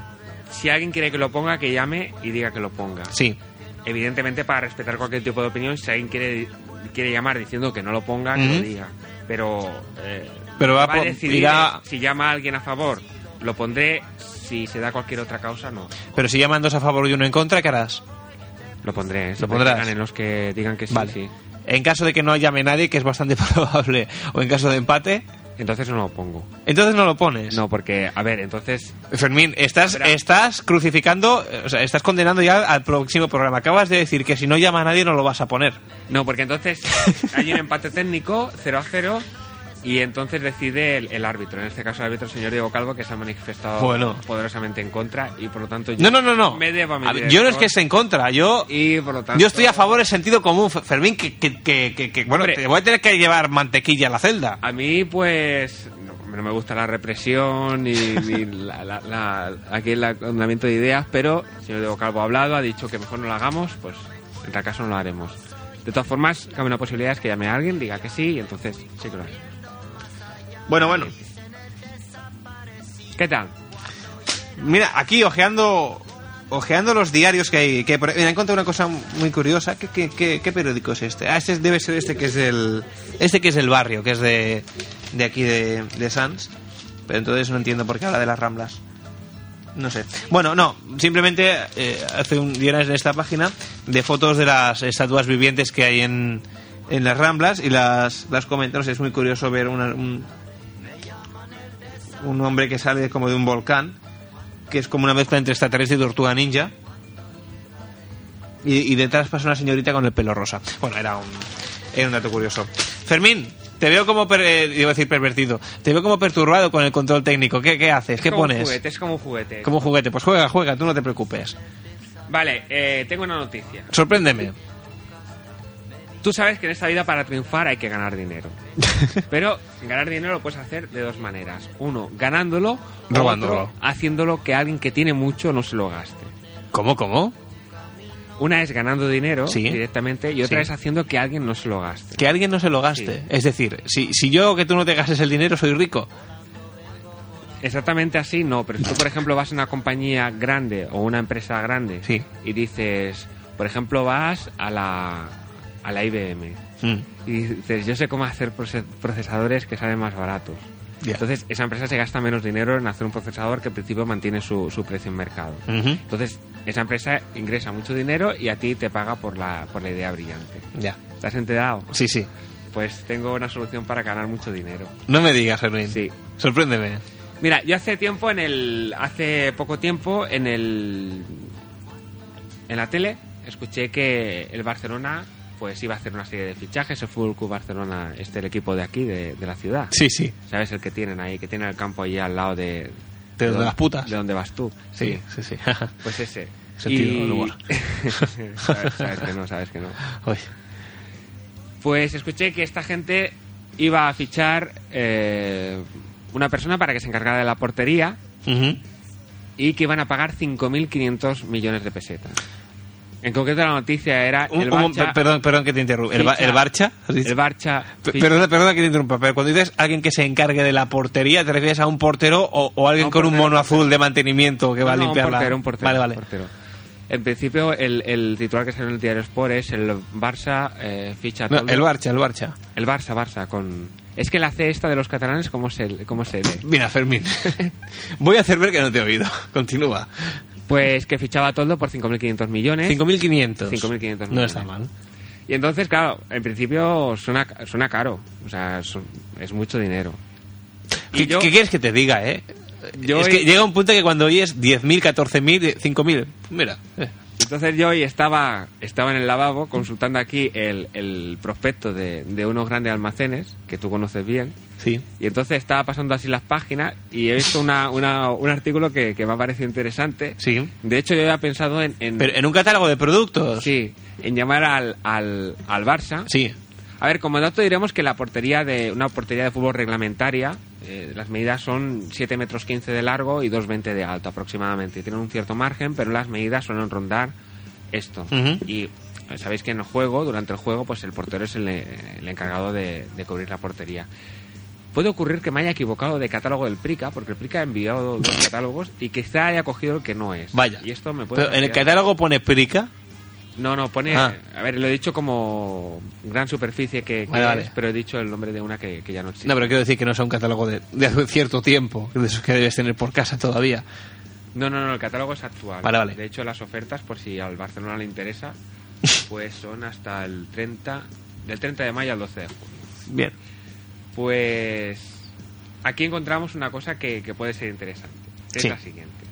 Speaker 3: si alguien quiere que lo ponga, que llame y diga que lo ponga.
Speaker 1: Sí.
Speaker 3: Evidentemente, para respetar cualquier tipo de opinión, si alguien quiere, quiere llamar diciendo que no lo ponga, que
Speaker 1: Ujú.
Speaker 3: lo diga. Pero. eh,
Speaker 1: Pero va, a
Speaker 3: va a
Speaker 1: po-
Speaker 3: decidir
Speaker 1: irá-
Speaker 3: si llama a alguien a favor, lo pondré. Si se da cualquier otra causa, no.
Speaker 1: Pero si llaman dos a favor y uno en contra, ¿qué harás?
Speaker 3: Lo pondré, ¿eh?
Speaker 1: Lo
Speaker 3: lo
Speaker 1: pondrás.
Speaker 3: pondrán en los que digan que sí,
Speaker 1: Vale.
Speaker 3: sí.
Speaker 1: En caso de que no llame nadie, que es bastante (laughs) probable, o en caso de empate,
Speaker 3: Entonces no lo pongo.
Speaker 1: entonces no lo pones.
Speaker 3: No, porque, a ver, entonces.
Speaker 1: Fermín, estás,
Speaker 3: Espera.
Speaker 1: estás crucificando, eh, o sea, estás condenando ya al próximo programa. Acabas de decir que si no llama a nadie no lo vas a poner.
Speaker 3: No,
Speaker 1: (laughs)
Speaker 3: porque entonces hay un empate técnico, 0 a 0, y entonces decide el, el árbitro. En este caso, el árbitro, el señor Diego Calvo, que se ha manifestado
Speaker 1: Bueno.
Speaker 3: poderosamente en contra, y por lo tanto. yo
Speaker 1: No, no, no, no.
Speaker 3: Me debo a mi
Speaker 1: A ver, yo no es
Speaker 3: director,
Speaker 1: que esté en contra, yo,
Speaker 3: Y por lo tanto.
Speaker 1: yo estoy a favor del sentido común, Fe- Fermín, que, que- que- que- que, bueno,
Speaker 3: Hombre.
Speaker 1: te voy a tener que llevar mantequilla a la celda.
Speaker 3: A mí, pues, no, no me gusta la represión y, ni la- la- la- aquí el acondamiento de ideas, pero el señor Diego Calvo ha hablado, ha dicho que mejor no lo hagamos, pues en tal caso no lo haremos. De todas formas, cabe una posibilidad es que llame a alguien, diga que sí, y entonces sí que lo haré.
Speaker 1: Bueno, bueno.
Speaker 3: ¿Qué tal?
Speaker 1: Mira, aquí ojeando ojeando los diarios que hay, que por- mira, encontré una cosa muy curiosa. ¿Qué, qué, qué- qué periódico es este? Ah, este es- debe ser este que es el este que es el barrio, que es de, de aquí de, de Sans. Pero entonces no entiendo por qué habla de las Ramblas. No sé. Bueno, no, simplemente eh, hace un llenas de esta página de fotos de las estatuas vivientes que hay en, en las Ramblas y las las comenta. No sé, es muy curioso ver una- un un hombre que sale como de un volcán que es como una mezcla entre extraterrestre y tortuga ninja. Y, y detrás pasa una señorita con el pelo rosa. Bueno, era un, era un dato curioso. Fermín, te veo como. per- eh, iba a decir pervertido. Te veo como perturbado con el control técnico. ¿Qué, qué haces? ¿Qué
Speaker 3: Como un
Speaker 1: pones?
Speaker 3: juguete, es como un juguete.
Speaker 1: Como juguete. Pues juega, juega, tú no te preocupes.
Speaker 3: Vale, eh, tengo una noticia.
Speaker 1: Sorpréndeme.
Speaker 3: Tú sabes que en esta vida para triunfar hay que
Speaker 1: (laughs)
Speaker 3: ganar dinero. Pero ganar dinero lo puedes hacer de dos maneras. Uno, ganándolo. o
Speaker 1: Robándolo.
Speaker 3: otro, haciéndolo que alguien que tiene mucho no se lo gaste.
Speaker 1: ¿Cómo, cómo?
Speaker 3: Una es ganando dinero
Speaker 1: Sí.
Speaker 3: directamente y otra
Speaker 1: Sí.
Speaker 3: es haciendo que alguien no se lo gaste.
Speaker 1: Que alguien no se lo gaste.
Speaker 3: Sí.
Speaker 1: Es decir, si, si yo que tú no te gastes el dinero, soy rico.
Speaker 3: Exactamente así no, pero si tú, por ejemplo, vas a una compañía grande o una empresa grande
Speaker 1: Sí.
Speaker 3: y dices, por ejemplo, vas a la, a la IBM
Speaker 1: Mm.
Speaker 3: y dices, yo sé cómo hacer proce- procesadores que salen más baratos.
Speaker 1: Ya.
Speaker 3: Entonces, esa empresa se gasta menos dinero en hacer un procesador que al principio mantiene su, su precio en mercado.
Speaker 1: Ujú.
Speaker 3: Entonces, esa empresa ingresa mucho dinero y a ti te paga por la, por la idea brillante.
Speaker 1: Ya.
Speaker 3: ¿Estás enterado?
Speaker 1: Sí, sí.
Speaker 3: Pues tengo una solución para ganar mucho dinero.
Speaker 1: No me digas, Fermín.
Speaker 3: Sí.
Speaker 1: Sorpréndeme.
Speaker 3: Mira, yo hace tiempo en el. Hace poco tiempo en el. En la tele escuché que el Barcelona pues iba a hacer una serie de fichajes. El Fútbol Club Barcelona este el equipo de aquí, de, de la ciudad.
Speaker 1: Sí, sí.
Speaker 3: ¿Sabes el que tienen ahí? Que tienen el campo allí al lado de.
Speaker 1: De donde
Speaker 3: do-
Speaker 1: las putas.
Speaker 3: De donde vas tú.
Speaker 1: Sí, sí, sí. (laughs)
Speaker 3: Pues ese.
Speaker 1: Sentido del humor.
Speaker 3: (laughs) sabes, sabes que no, sabes que no.
Speaker 1: Uy.
Speaker 3: Pues escuché que esta gente iba a fichar eh, una persona para que se encargara de la portería
Speaker 1: Ujú.
Speaker 3: y que iban a pagar 5.500 millones de pesetas. En concreto la noticia era
Speaker 1: Un-
Speaker 3: el
Speaker 1: un-
Speaker 3: Barça...
Speaker 1: per- perdón, perdón que te interrumpa. El, ba-
Speaker 3: ficha-
Speaker 1: el Barcha. has dicho?
Speaker 3: el Barça
Speaker 1: P-
Speaker 3: ficha-
Speaker 1: Perdona, perdona que te interrumpa, pero cuando dices alguien que se encargue de la portería, ¿te refieres a un portero o, o alguien
Speaker 3: A un
Speaker 1: con un
Speaker 3: portero,
Speaker 1: mono azul de mantenimiento que va
Speaker 3: No,
Speaker 1: a
Speaker 3: no,
Speaker 1: limpiar
Speaker 3: un
Speaker 1: la-
Speaker 3: portero, un portero,
Speaker 1: Vale,
Speaker 3: un
Speaker 1: vale.
Speaker 3: portero. En principio, el, el titular que sale en el diario Sport es el Barça eh, ficha... a
Speaker 1: No,
Speaker 3: Toldo-
Speaker 1: el Barcha, el Barcha.
Speaker 3: el Barça, Barça, con... Es que la C esta de los catalanes, ¿cómo se, cómo se lee?
Speaker 1: Mira,
Speaker 3: (laughs)
Speaker 1: Fermín, voy a hacer ver que no te he oído. Continúa.
Speaker 3: Pues que fichaba a Toldo por 5.500 millones.
Speaker 1: 5.500.
Speaker 3: 5.500
Speaker 1: No está mal.
Speaker 3: Y entonces, claro, en principio suena, suena caro. O sea, su- es mucho dinero. Y
Speaker 1: ¿Qué,
Speaker 3: yo-
Speaker 1: qué quieres que te diga, eh?
Speaker 3: Yo
Speaker 1: es
Speaker 3: hoy-
Speaker 1: que llega un punto que cuando oyes 10.000, 14.000, 5.000, mira. eh.
Speaker 3: Entonces yo hoy estaba, estaba en el lavabo consultando aquí el, el prospecto de, de unos grandes almacenes que tú conoces bien.
Speaker 1: Sí.
Speaker 3: Y entonces estaba pasando así las páginas y he visto una, una- un artículo que, que me ha parecido interesante.
Speaker 1: Sí.
Speaker 3: De hecho, yo había pensado en, en-
Speaker 1: Pero en un catálogo de productos.
Speaker 3: sí, en llamar al, al, al Barça.
Speaker 1: Sí.
Speaker 3: A ver, como dato diremos que la portería de una portería de fútbol reglamentaria, eh, las medidas son 7 metros 15 de largo y 2,20 de alto aproximadamente. Tienen un cierto margen, pero las medidas suelen rondar esto.
Speaker 1: Ujú.
Speaker 3: Y eh, sabéis que en el juego, durante el juego, pues el portero es el, eh, el encargado de, de cubrir la portería. Puede ocurrir que me haya equivocado de catálogo del Prica, porque el Prica ha enviado
Speaker 1: (laughs)
Speaker 3: dos catálogos y quizá haya cogido el que no es.
Speaker 1: Vaya.
Speaker 3: Y esto me puede
Speaker 1: Pero en el
Speaker 3: cambiar.
Speaker 1: catálogo pone prica.
Speaker 3: No, no, pone.
Speaker 1: Ah.
Speaker 3: A ver, lo he dicho como gran superficie que, que
Speaker 1: Vale,
Speaker 3: es,
Speaker 1: vale.
Speaker 3: pero he dicho el nombre de una que, que ya no existe.
Speaker 1: No, pero quiero decir que no es un catálogo de, de hace cierto tiempo, de esos que debes tener por casa todavía.
Speaker 3: no, no, no, el catálogo es actual.
Speaker 1: Vale, vale.
Speaker 3: De hecho, las ofertas, por si al Barcelona
Speaker 1: (laughs)
Speaker 3: le interesa, pues son hasta el 30. Del 30 de mayo al 12 de junio.
Speaker 1: Bien.
Speaker 3: Pues. Aquí encontramos una cosa que, que puede ser interesante. Es
Speaker 1: Sí.
Speaker 3: la siguiente.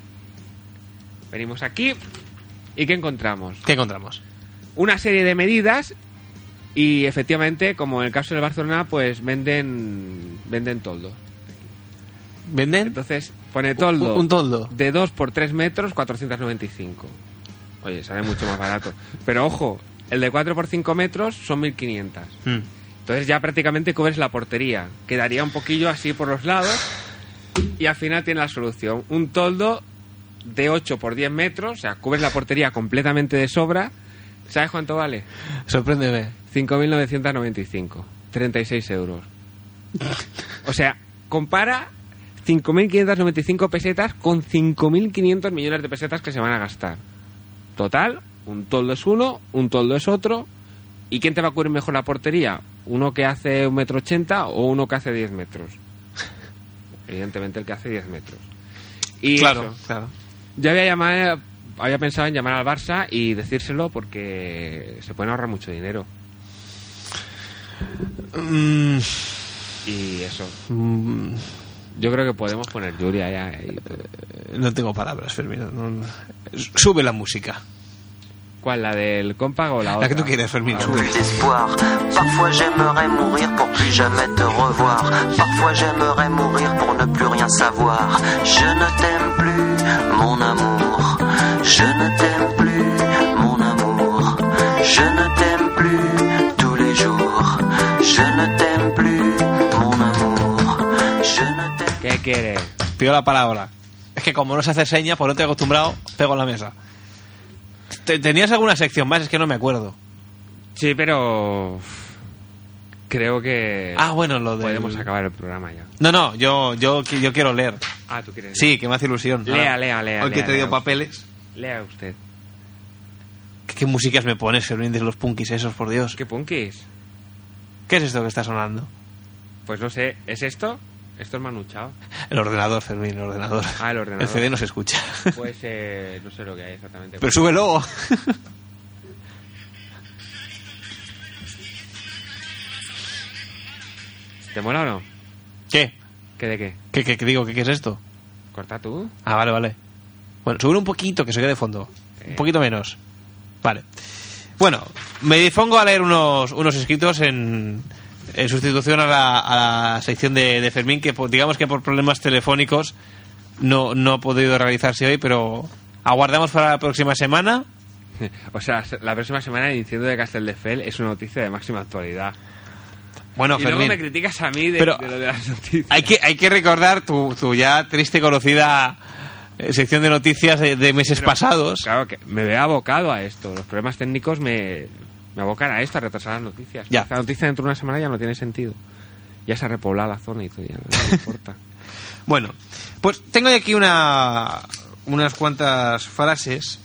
Speaker 3: Venimos aquí. ¿Y qué encontramos?
Speaker 1: ¿Qué encontramos?
Speaker 3: una serie de medidas y efectivamente, como en el caso del Barcelona, pues venden venden toldo.
Speaker 1: ¿Venden?
Speaker 3: Entonces pone toldo
Speaker 1: Un, un toldo.
Speaker 3: de 2 por 3 metros, 495. Oye, sale mucho más barato. Pero ojo, el de 4 por 5 metros son 1500.
Speaker 1: Mm.
Speaker 3: Entonces ya prácticamente cubres la portería. Quedaría un poquillo así por los lados. Y al final tiene la solución. Un toldo de 8 por 10 metros, o sea, cubres la portería completamente de sobra. ¿Sabes cuánto vale?
Speaker 1: Sorpréndeme.
Speaker 3: 5.995. 36 euros. O sea, compara 5.595 pesetas con 5.500 millones de pesetas que se van a gastar. Total, un toldo es uno, un toldo es otro. ¿Y quién te va a cubrir mejor la portería? ¿Uno que hace 1,80m o uno que hace 10 metros? Evidentemente el que hace 10 metros. Y
Speaker 1: claro,
Speaker 3: eso.
Speaker 1: claro.
Speaker 3: Yo había llamado, había pensado en llamar al Barça y decírselo porque se pueden ahorrar mucho dinero.
Speaker 1: Mm,
Speaker 3: Y eso.
Speaker 1: mm,
Speaker 3: Yo creo que podemos poner Julia ya. eh, y todo.
Speaker 1: no tengo palabras, Fermín. no- no. Sube la música.
Speaker 3: ¿Cuál? ¿La del compa o la otra?
Speaker 1: La que tú quieras, Fermín.
Speaker 3: La
Speaker 1: Sube.
Speaker 4: plus d'espoir. Parfois j'aimerais mourir pour plus jamais te revoir. Parfois j'aimerais mourir pour ne plus rien savoir. Je ne t'aime plus, mon amour. Je ne t'aime plus, mon amour. Je ne t'aime plus tous les jours. Je ne t'aime plus, mon amour. Je ne t'aime
Speaker 3: ¿Qué quieres?
Speaker 1: Pido la palabra. Es que como no se hace señas, por no te he acostumbrado, pego en la mesa. Te- ¿Tenías alguna sección más? Es que no me acuerdo.
Speaker 3: Sí, pero. uf, Creo que.
Speaker 1: Ah, bueno, lo de...
Speaker 3: Eh, Podemos acabar el programa ya.
Speaker 1: No, no, yo, yo, qui- yo quiero leer.
Speaker 3: Ah, tú quieres.
Speaker 1: Sí, que me hace ilusión.
Speaker 3: Lea,
Speaker 1: Ahora,
Speaker 3: lea, lea,
Speaker 1: Hoy que
Speaker 3: lea,
Speaker 1: te he
Speaker 3: lea.
Speaker 1: dado papeles.
Speaker 3: Lea usted.
Speaker 1: ¿Qué, qué musicas me pones, Fermín, de los punkis esos, por Dios?
Speaker 3: ¿Qué punkis?
Speaker 1: ¿Qué es esto que está sonando?
Speaker 3: Pues no sé. ¿Es esto? Esto es Manu
Speaker 1: (laughs)
Speaker 3: Chao.
Speaker 1: El ordenador, Fermín, el ordenador.
Speaker 3: Ah, el ordenador.
Speaker 1: El CD no se escucha. (laughs)
Speaker 3: Pues eh, no sé lo que hay exactamente.
Speaker 1: Pero
Speaker 3: (laughs)
Speaker 1: súbelo.
Speaker 3: ¿Te mola o no?
Speaker 1: ¿Qué?
Speaker 3: ¿Qué de qué?
Speaker 1: ¿Qué, qué, qué digo? ¿Qué, qué es esto?
Speaker 3: ¿Corta tú?
Speaker 1: Ah,
Speaker 3: Eh.
Speaker 1: vale, vale. Bueno, súbelo un poquito, que se quede de fondo. Un poquito menos. Vale. Bueno, me dispongo a leer unos, unos escritos en, en sustitución a la, a la sección de, de Fermín, que por- digamos que por problemas telefónicos no, no ha podido realizarse hoy, pero aguardamos para la próxima semana.
Speaker 3: O sea, se- la próxima semana el incendio de Castelldefels es una noticia de máxima actualidad.
Speaker 1: Bueno,
Speaker 3: y luego
Speaker 1: Fermín,
Speaker 3: me criticas a mí de,
Speaker 1: Pero-
Speaker 3: de lo de las noticias.
Speaker 1: hay, que, hay que recordar tu, tu ya triste conocida eh, sección de noticias de, de meses pasados.
Speaker 3: Claro que me veo abocado a esto. Los problemas técnicos me, me abocan a esto, a retrasar las noticias.
Speaker 1: Ya.
Speaker 3: La noticia dentro de una semana ya no tiene sentido. Ya se ha repoblado la zona y todo, ya no
Speaker 1: (laughs)
Speaker 3: me importa.
Speaker 1: Bueno, pues tengo aquí una, unas cuantas frases,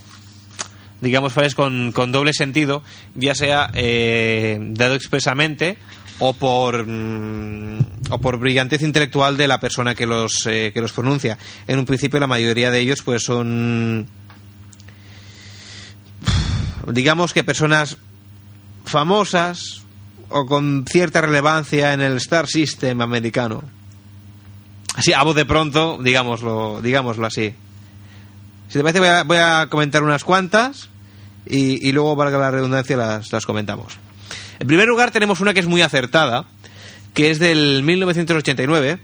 Speaker 1: digamos frases con, con doble sentido, ya sea eh, dado expresamente o por, mm, o por brillantez intelectual de la persona que los, eh, que los pronuncia. En un principio la mayoría de ellos pues son, digamos que personas famosas o con cierta relevancia en el Star System americano. Así, a voz de pronto, digámoslo, digámoslo así. Si te parece, voy a, voy a comentar unas cuantas y, y luego, valga la redundancia, las, las comentamos. En primer lugar, tenemos una que es muy acertada, que es del 1989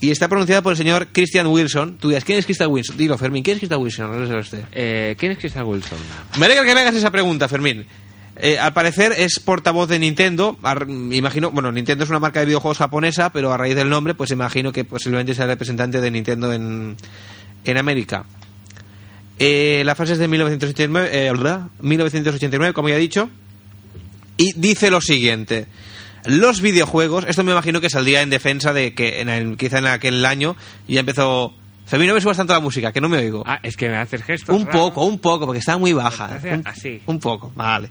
Speaker 1: y está pronunciada por el señor Christian Wilson. Tú dirás, ¿quién es Christian Wilson? Dilo, Fermín, ¿quién es Christian Wilson? No lo sé este. usted.
Speaker 3: Eh, ¿Quién es Crystal Wilson?
Speaker 1: Me alegra que me hagas esa pregunta, Fermín. Eh, al parecer es portavoz de Nintendo. ar- imagino, bueno, Nintendo es una marca de videojuegos japonesa, pero a raíz del nombre, pues imagino que posiblemente sea el representante de Nintendo en, en América. Eh, la frase es de 1989, eh, ¿verdad? 1989, como ya he dicho. Y dice lo siguiente. Los videojuegos, esto me imagino que saldría en defensa de que en el- quizá en aquel año ya empezó... Fermín, no me subas tanto la música, que no me oigo.
Speaker 3: Ah, es que me haces gestos.
Speaker 1: Un
Speaker 3: raros.
Speaker 1: poco, un poco, porque estaba muy baja.
Speaker 3: Entonces,
Speaker 1: Un,
Speaker 3: así.
Speaker 1: un poco, vale.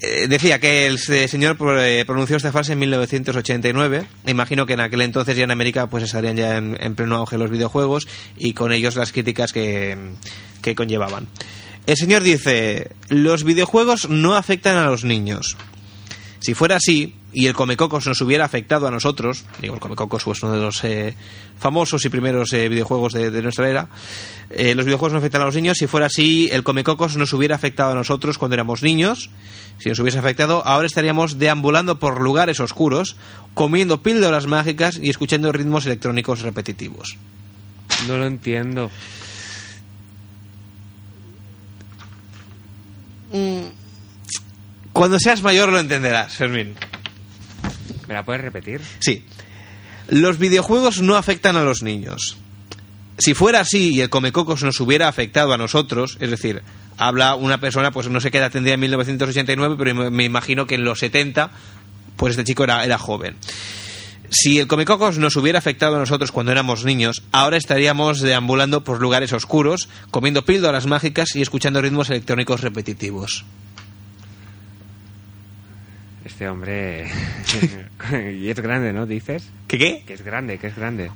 Speaker 1: Eh, decía que el se- señor pro- eh, pronunció esta frase en 1989. Imagino que en aquel entonces ya en América pues estarían ya en, en pleno auge los videojuegos y con ellos las críticas que, que conllevaban. El señor dice, los videojuegos no afectan a los niños. Si fuera así, y el Comecocos nos hubiera afectado a nosotros, digo, el Comecocos es uno de los eh, famosos y primeros eh, videojuegos de, de nuestra era, eh, los videojuegos no afectan a los niños, si fuera así, el Comecocos nos hubiera afectado a nosotros cuando éramos niños, si nos hubiese afectado, ahora estaríamos deambulando por lugares oscuros, comiendo píldoras mágicas y escuchando ritmos electrónicos repetitivos.
Speaker 3: No lo entiendo.
Speaker 1: Cuando seas mayor lo entenderás, Fermín.
Speaker 3: ¿Me la puedes repetir?
Speaker 1: Sí. Los videojuegos no afectan a los niños. Si fuera así y el Comecocos nos hubiera afectado a nosotros, es decir, habla una persona, pues no sé qué edad tendría en 1989, pero me- me imagino que en los 70, pues este chico era, era joven. Si el Comecocos nos hubiera afectado a nosotros cuando éramos niños, ahora estaríamos deambulando por lugares oscuros, comiendo píldoras mágicas y escuchando ritmos electrónicos repetitivos.
Speaker 3: Este hombre. (laughs) y es grande, ¿no? Dices.
Speaker 1: ¿Qué qué?
Speaker 3: Que es grande, que es grande.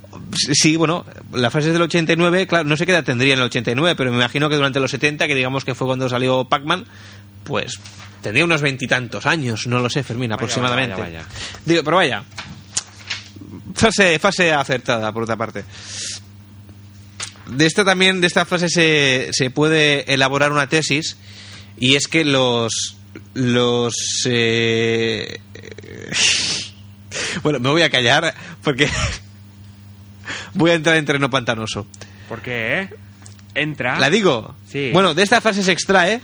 Speaker 1: Sí, bueno, la frase es del 89, claro, no sé qué edad tendría en el 89, pero me imagino que durante los 70, que digamos que fue cuando salió Pac-Man, pues tendría unos veintitantos años, no lo sé, Fermín, aproximadamente.
Speaker 3: vaya, vaya.
Speaker 1: Digo, pero vaya. Frase, frase acertada, por otra parte. De esta también, de esta frase se, se puede elaborar una tesis, y es que los. los. eh, (laughs) bueno, me voy a callar porque voy a entrar en terreno pantanoso.
Speaker 3: ¿Por qué? eh? Entra.
Speaker 1: ¿La digo?
Speaker 3: Sí.
Speaker 1: Bueno, de esta frase se extrae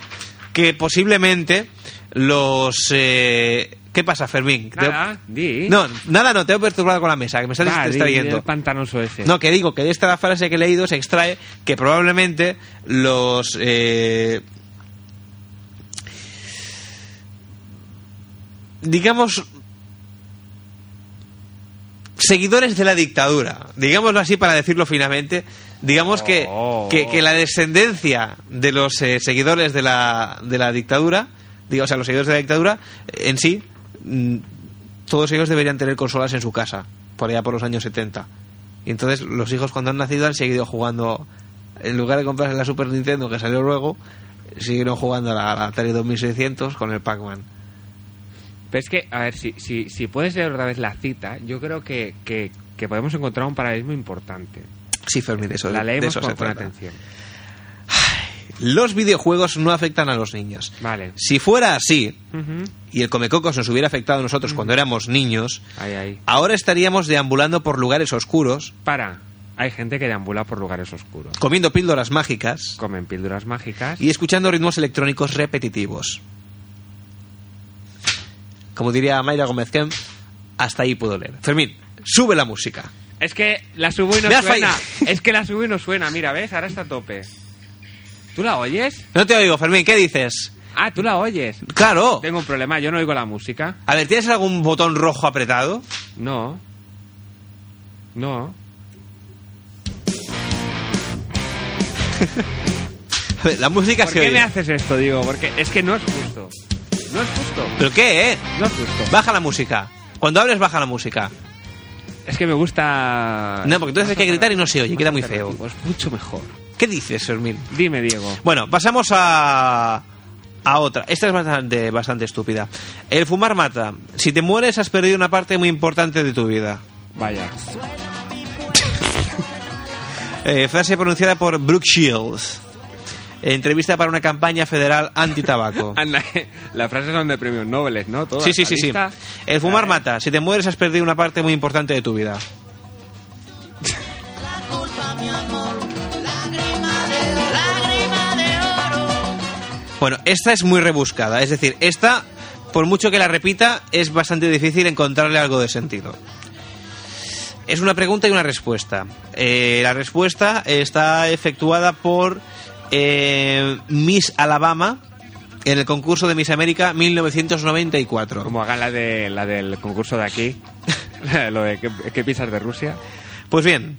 Speaker 1: que posiblemente los... eh, ¿Qué pasa, Fermín? Te-
Speaker 3: Nada, di.
Speaker 1: No, nada, no, te he perturbado con la mesa, que me estás
Speaker 3: Va, di, di
Speaker 1: distrayendo.
Speaker 3: el pantanoso ese.
Speaker 1: No, que digo que de esta frase que he leído se extrae que probablemente los... eh, digamos... Seguidores de la dictadura, digámoslo así para decirlo finamente, digamos que,
Speaker 3: Oh.
Speaker 1: que, que la descendencia de los eh, seguidores de la, de la dictadura, digo, o sea, los seguidores de la dictadura eh, en sí, mm, todos ellos deberían tener consolas en su casa, por allá por los años 70. Y entonces los hijos cuando han nacido han seguido jugando, en lugar de comprarse la Super Nintendo que salió luego, siguieron jugando a la, a la Atari 2600 con el Pac-Man.
Speaker 3: Pero es que, a ver, si, si, si puedes leer otra vez la cita, yo creo que, que, que podemos encontrar un paralelismo importante.
Speaker 1: Sí, Fermín, eso,
Speaker 3: la
Speaker 1: de
Speaker 3: leemos
Speaker 1: eso
Speaker 3: con,
Speaker 1: se
Speaker 3: con
Speaker 1: trata.
Speaker 3: atención.
Speaker 1: los videojuegos no afectan a los niños.
Speaker 3: Vale.
Speaker 1: Si fuera así,
Speaker 3: Ujú.
Speaker 1: y el Comecocos nos hubiera afectado a
Speaker 3: Mm.
Speaker 1: nosotros cuando éramos niños,
Speaker 3: Ahí, ahí.
Speaker 1: ahora estaríamos deambulando por lugares oscuros,
Speaker 3: Para. Hay gente que deambula por lugares oscuros.
Speaker 1: comiendo píldoras mágicas
Speaker 3: Comen píldoras mágicas.
Speaker 1: y escuchando ritmos electrónicos repetitivos. Como diría Mayra Gómez Kemp, hasta ahí puedo leer. Fermín, sube la música.
Speaker 3: Es que la subo y no
Speaker 1: Me has
Speaker 3: suena.
Speaker 1: fallado.
Speaker 3: Es que la subo y no suena. Mira, ¿ves? Ahora está a tope. ¿Tú la oyes?
Speaker 1: No te oigo, Fermín, ¿qué dices?
Speaker 3: Ah, tú la oyes.
Speaker 1: Claro.
Speaker 3: Tengo un problema. Yo no oigo la música.
Speaker 1: A ver, ¿tienes algún botón rojo apretado?
Speaker 3: No. No.
Speaker 1: A ver, la música
Speaker 3: ¿Por
Speaker 1: se
Speaker 3: qué me
Speaker 1: oye.
Speaker 3: haces esto, digo? Porque es que no es justo. No es justo.
Speaker 1: ¿Pero qué, eh?
Speaker 3: No es justo.
Speaker 1: Baja la música. Cuando hables, baja la música.
Speaker 3: Es que me gusta.
Speaker 1: No, porque entonces hay que gritar y no se oye, queda muy feo.
Speaker 3: Es mucho mejor.
Speaker 1: ¿Qué dices, Fermín?
Speaker 3: Dime, Diego.
Speaker 1: Bueno, pasamos a, a otra. Esta es bastante, bastante estúpida. El fumar mata. Si te mueres has perdido una parte muy importante de tu vida.
Speaker 3: Vaya.
Speaker 1: Eh, frase pronunciada por Brooke Shields. Entrevista para una campaña federal
Speaker 3: (laughs)
Speaker 1: antitabaco.
Speaker 3: Anda, las frases son de premios Nobel, ¿no? Todas,
Speaker 1: Sí, sí,
Speaker 3: la
Speaker 1: sí, sí.
Speaker 3: lista.
Speaker 1: El fumar
Speaker 3: Eh,
Speaker 1: mata. Si te mueres has perdido una parte muy importante de tu vida. Bueno, esta es muy rebuscada. Es decir, esta, por mucho que la repita, es bastante difícil encontrarle algo de sentido. Es una pregunta y una respuesta. Eh, la respuesta está efectuada por eh, Miss Alabama en el concurso de Miss América 1994.
Speaker 3: Como haga la, de, la del concurso de aquí. (laughs) Lo de ¿qué, qué piensas de Rusia?
Speaker 1: Pues bien,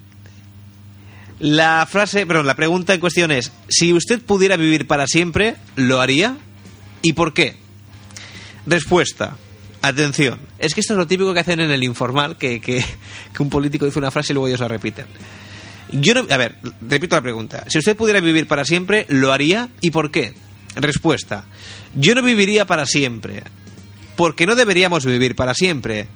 Speaker 1: la frase, perdón, la pregunta en cuestión es: si usted pudiera vivir para siempre, ¿lo haría? ¿Y por qué? Respuesta. Atención, es que esto es lo típico que hacen en el informal, que, que- que un político dice una frase y luego ellos la repiten. Yo no, a ver, repito la pregunta. Si usted pudiera vivir para siempre, ¿lo haría y por qué? Respuesta. Yo no viviría para siempre. Porque no deberíamos vivir para siempre.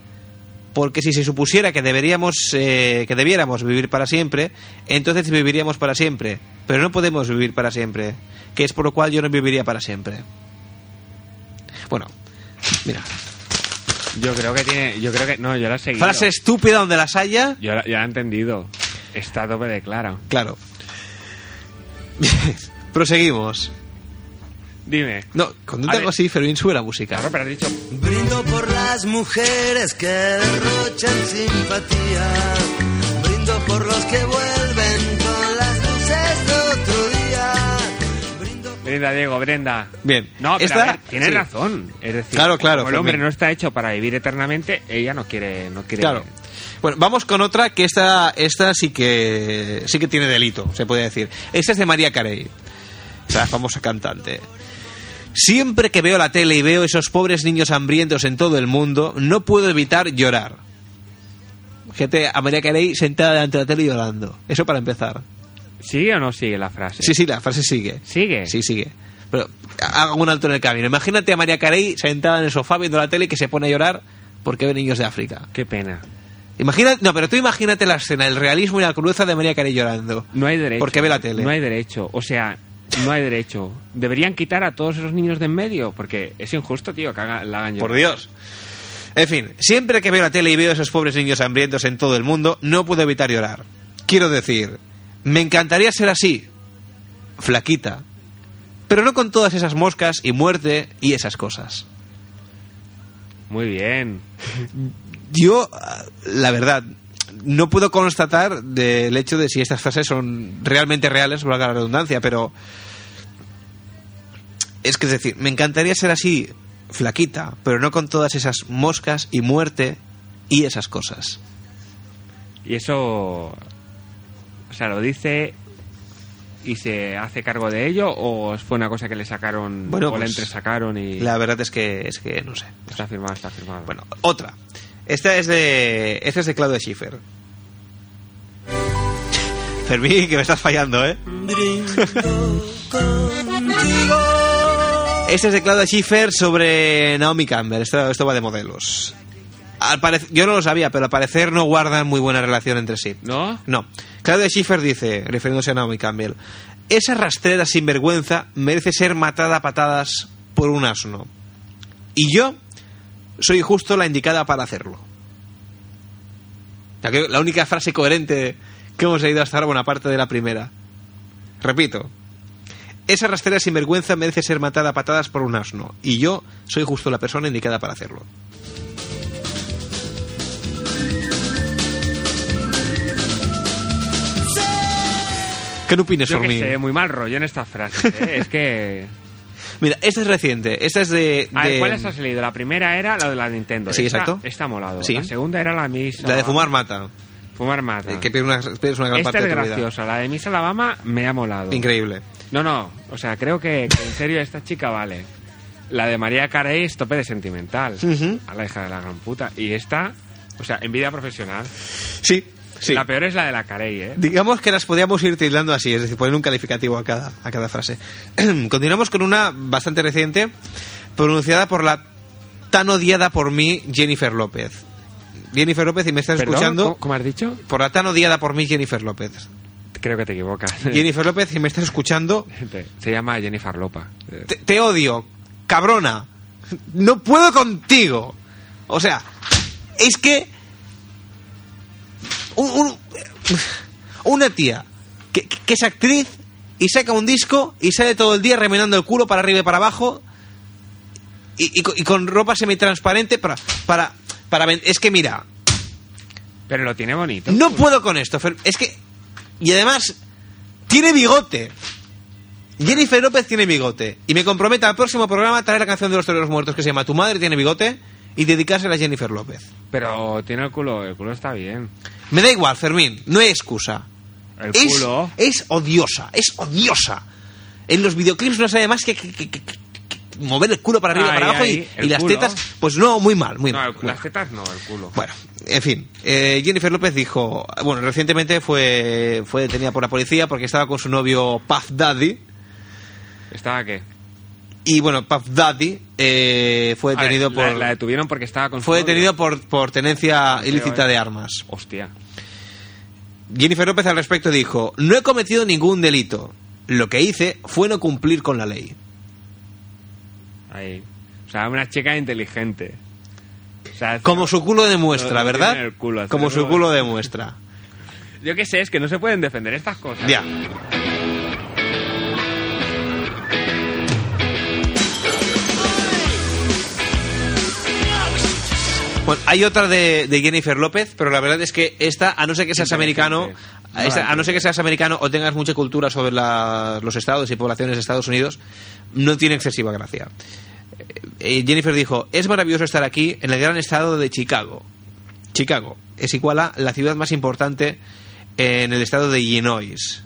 Speaker 1: Porque si se supusiera que deberíamos, eh, que debiéramos vivir para siempre, entonces viviríamos para siempre. Pero no podemos vivir para siempre. Que es por lo cual yo no viviría para siempre. Bueno, mira.
Speaker 3: Yo creo que tiene. Yo creo que. No, yo la he seguido.
Speaker 1: Frase estúpida donde las haya.
Speaker 3: Yo la, yo la he entendido. Está a tope de clara.
Speaker 1: Claro. (laughs) Proseguimos.
Speaker 3: Dime.
Speaker 1: No, cuando
Speaker 3: A
Speaker 1: te hago
Speaker 3: ver.
Speaker 1: así, Fermín, sube la música.
Speaker 3: Claro, pero has dicho.
Speaker 5: Brindo por las mujeres que derrochan simpatía. Brindo por los que vuelven con las luces de otro día. Brindo
Speaker 3: Brenda, Diego, Brenda.
Speaker 1: Bien.
Speaker 3: No, pero
Speaker 1: Esta-
Speaker 3: a ver, tienes
Speaker 1: sí.
Speaker 3: razón. Es decir,
Speaker 1: Claro, claro,
Speaker 3: como el hombre
Speaker 1: Fermín.
Speaker 3: no está hecho para vivir eternamente, ella no quiere. No quiere
Speaker 1: Claro. Bueno, vamos con otra que esta, esta sí que sí que tiene delito, se puede decir. Esta es de María Carey, la famosa cantante. Siempre que veo la tele y veo esos pobres niños hambrientos en todo el mundo, no puedo evitar llorar. Gente, a María Carey sentada delante de la tele y llorando. Eso para empezar.
Speaker 3: ¿Sigue o no sigue la frase?
Speaker 1: Sí, sí, la frase sigue.
Speaker 3: ¿Sigue?
Speaker 1: Sí, sigue. Pero haga un alto en el camino. Imagínate a María Carey sentada en el sofá viendo la tele y que se pone a llorar porque ve niños de África.
Speaker 3: Qué pena.
Speaker 1: Imagina, no, pero tú imagínate la escena, el realismo y la crudeza de María Carey llorando.
Speaker 3: No hay derecho.
Speaker 1: Porque ve la tele.
Speaker 3: No hay derecho. O sea, no hay derecho. Deberían quitar a todos esos niños de en medio, porque es injusto, tío, que haga- la hagan llorar.
Speaker 1: Por Dios. En fin, siempre que veo la tele y veo a esos pobres niños hambrientos en todo el mundo, no puedo evitar llorar. Quiero decir, me encantaría ser así, flaquita, pero no con todas esas moscas y muerte y esas cosas.
Speaker 3: Muy bien.
Speaker 1: Yo, ah, la verdad, no puedo constatar del hecho de si estas frases son realmente reales, valga la redundancia, pero. Es que es decir, me encantaría ser así, flaquita, pero no con todas esas moscas y muerte y esas cosas.
Speaker 3: Y eso. O sea, lo dice y se hace cargo de ello, o fue una cosa que le sacaron
Speaker 1: Bueno,
Speaker 3: o le
Speaker 1: pues,
Speaker 3: entresacaron y.
Speaker 1: La verdad es que, es que no sé.
Speaker 3: Está firmado, está firmado.
Speaker 1: Bueno, otra. Esta es de. Esta es de Claudia Schiffer. Fermín, que me estás fallando, ¿eh? Este es de Claudia Schiffer sobre Naomi Campbell. Esto, esto va de modelos. Al parec- yo no lo sabía, pero al parecer no guardan muy buena relación entre sí.
Speaker 3: ¿No?
Speaker 1: No. Claudia Schiffer dice, refiriéndose a Naomi Campbell, Esa rastrera sinvergüenza merece ser matada a patadas por un asno. Y yo soy justo la indicada para hacerlo. Ya que La única frase coherente que hemos leído hasta ahora, bueno, aparte de la primera. Repito. Esa rastrera sinvergüenza merece ser matada a patadas por un asno. Y yo soy justo la persona indicada para hacerlo. ¿Qué opinas
Speaker 3: Yo
Speaker 1: por
Speaker 3: que
Speaker 1: mí?
Speaker 3: sé, muy mal rollo en esta frase. ¿eh? es que...
Speaker 1: Mira, esta es reciente. Esta es de.
Speaker 3: A ver,
Speaker 1: de-
Speaker 3: ¿cuáles has leído? La primera era la de la Nintendo.
Speaker 1: Sí,
Speaker 3: Esta-
Speaker 1: exacto.
Speaker 3: Esta ha molado.
Speaker 1: Sí.
Speaker 3: La segunda era la misa.
Speaker 1: La de fumar mata.
Speaker 3: Fumar mata.
Speaker 1: eh, Que pierdes una, pierdes una gran
Speaker 3: Ah. Esta
Speaker 1: parte
Speaker 3: es
Speaker 1: de tu vida.
Speaker 3: graciosa. La de Miss Alabama me ha molado.
Speaker 1: Increíble.
Speaker 3: No, no. O sea, creo que, que en serio esta chica vale. La de María Carey es tope de sentimental.
Speaker 1: Ujú.
Speaker 3: A la hija de la gran puta. Y esta, o sea, en vida profesional.
Speaker 1: Sí, sí.
Speaker 3: La peor es la de la Carey, ¿eh?
Speaker 1: Digamos que las podíamos ir tildando así, es decir, poner un calificativo a cada, a cada frase. (clears throat) Continuamos con una bastante reciente, pronunciada por la tan odiada por mí Jennifer López. Jennifer López, y me estás
Speaker 3: Perdón,
Speaker 1: escuchando.
Speaker 3: ¿cómo- ¿Cómo has dicho?
Speaker 1: Por la tan odiada por mí Jennifer
Speaker 3: (laughs)
Speaker 1: López.
Speaker 3: Creo que te equivocas.
Speaker 1: Jennifer López, si me estás escuchando,
Speaker 3: (laughs) Se llama Jennifer Lopa. Eh,
Speaker 1: te, te odio, cabrona, no puedo contigo. O sea, es que un- un- una tía que, que es actriz y saca un disco y sale todo el día remenando el culo para arriba y para abajo y, y co- y con ropa semitransparente para, para, para... ven- Es que mira,
Speaker 3: Pero lo tiene bonito.
Speaker 1: no puedo con esto. Fer- Es que. Y además, tiene bigote. Jennifer López tiene bigote. Y me comprometo al próximo programa a traer la canción de los toreros muertos que se llama Tu madre tiene bigote y dedicársela a Jennifer López.
Speaker 3: Pero tiene el culo. El culo está bien.
Speaker 1: Me da igual, Fermín, no hay excusa.
Speaker 3: El
Speaker 1: es,
Speaker 3: culo.
Speaker 1: es odiosa, es odiosa. En los videoclips no sabe más que, que- que- que- que- que mover el culo para arriba
Speaker 3: Ahí,
Speaker 1: para abajo y-
Speaker 3: ahí,
Speaker 1: y,
Speaker 3: el
Speaker 1: las
Speaker 3: culo.
Speaker 1: tetas. Pues no, muy mal, muy
Speaker 3: No,
Speaker 1: mal.
Speaker 3: el-
Speaker 1: muy mal.
Speaker 3: las tetas no, el culo.
Speaker 1: Bueno, en fin, eh, Jennifer López dijo, bueno, recientemente fue, fue detenida por la policía porque estaba con su novio Puff Daddy
Speaker 3: ¿Estaba qué?
Speaker 1: y bueno, Puff Daddy eh, fue
Speaker 3: A ver,
Speaker 1: detenido
Speaker 3: la-
Speaker 1: por
Speaker 3: La, detuvieron porque estaba con su
Speaker 1: fue
Speaker 3: novio.
Speaker 1: detenido por, por tenencia ilícita
Speaker 3: eh.
Speaker 1: de armas.
Speaker 3: Hostia.
Speaker 1: Jennifer López al respecto dijo, no he cometido ningún delito, lo que hice fue no cumplir con la ley.
Speaker 3: Ahí. O sea, una chica inteligente. O sea,
Speaker 1: Como su culo demuestra,
Speaker 3: Lo- lo
Speaker 1: ¿verdad?
Speaker 3: tiene en el culo, hace
Speaker 1: Como su
Speaker 3: luego.
Speaker 1: culo demuestra.
Speaker 3: Yo qué sé, es que no se pueden defender estas cosas.
Speaker 1: Ya. Bueno, hay otra de, de Jennifer López, pero la verdad es que esta, a no ser que seas americano, a, esta- a no ser que seas americano o tengas mucha cultura sobre la- los estados y poblaciones de Estados Unidos, no tiene excesiva gracia. Eh, Jennifer dijo, es maravilloso estar aquí en el gran estado de Chicago. Chicago es igual a la ciudad más importante en el estado de Illinois.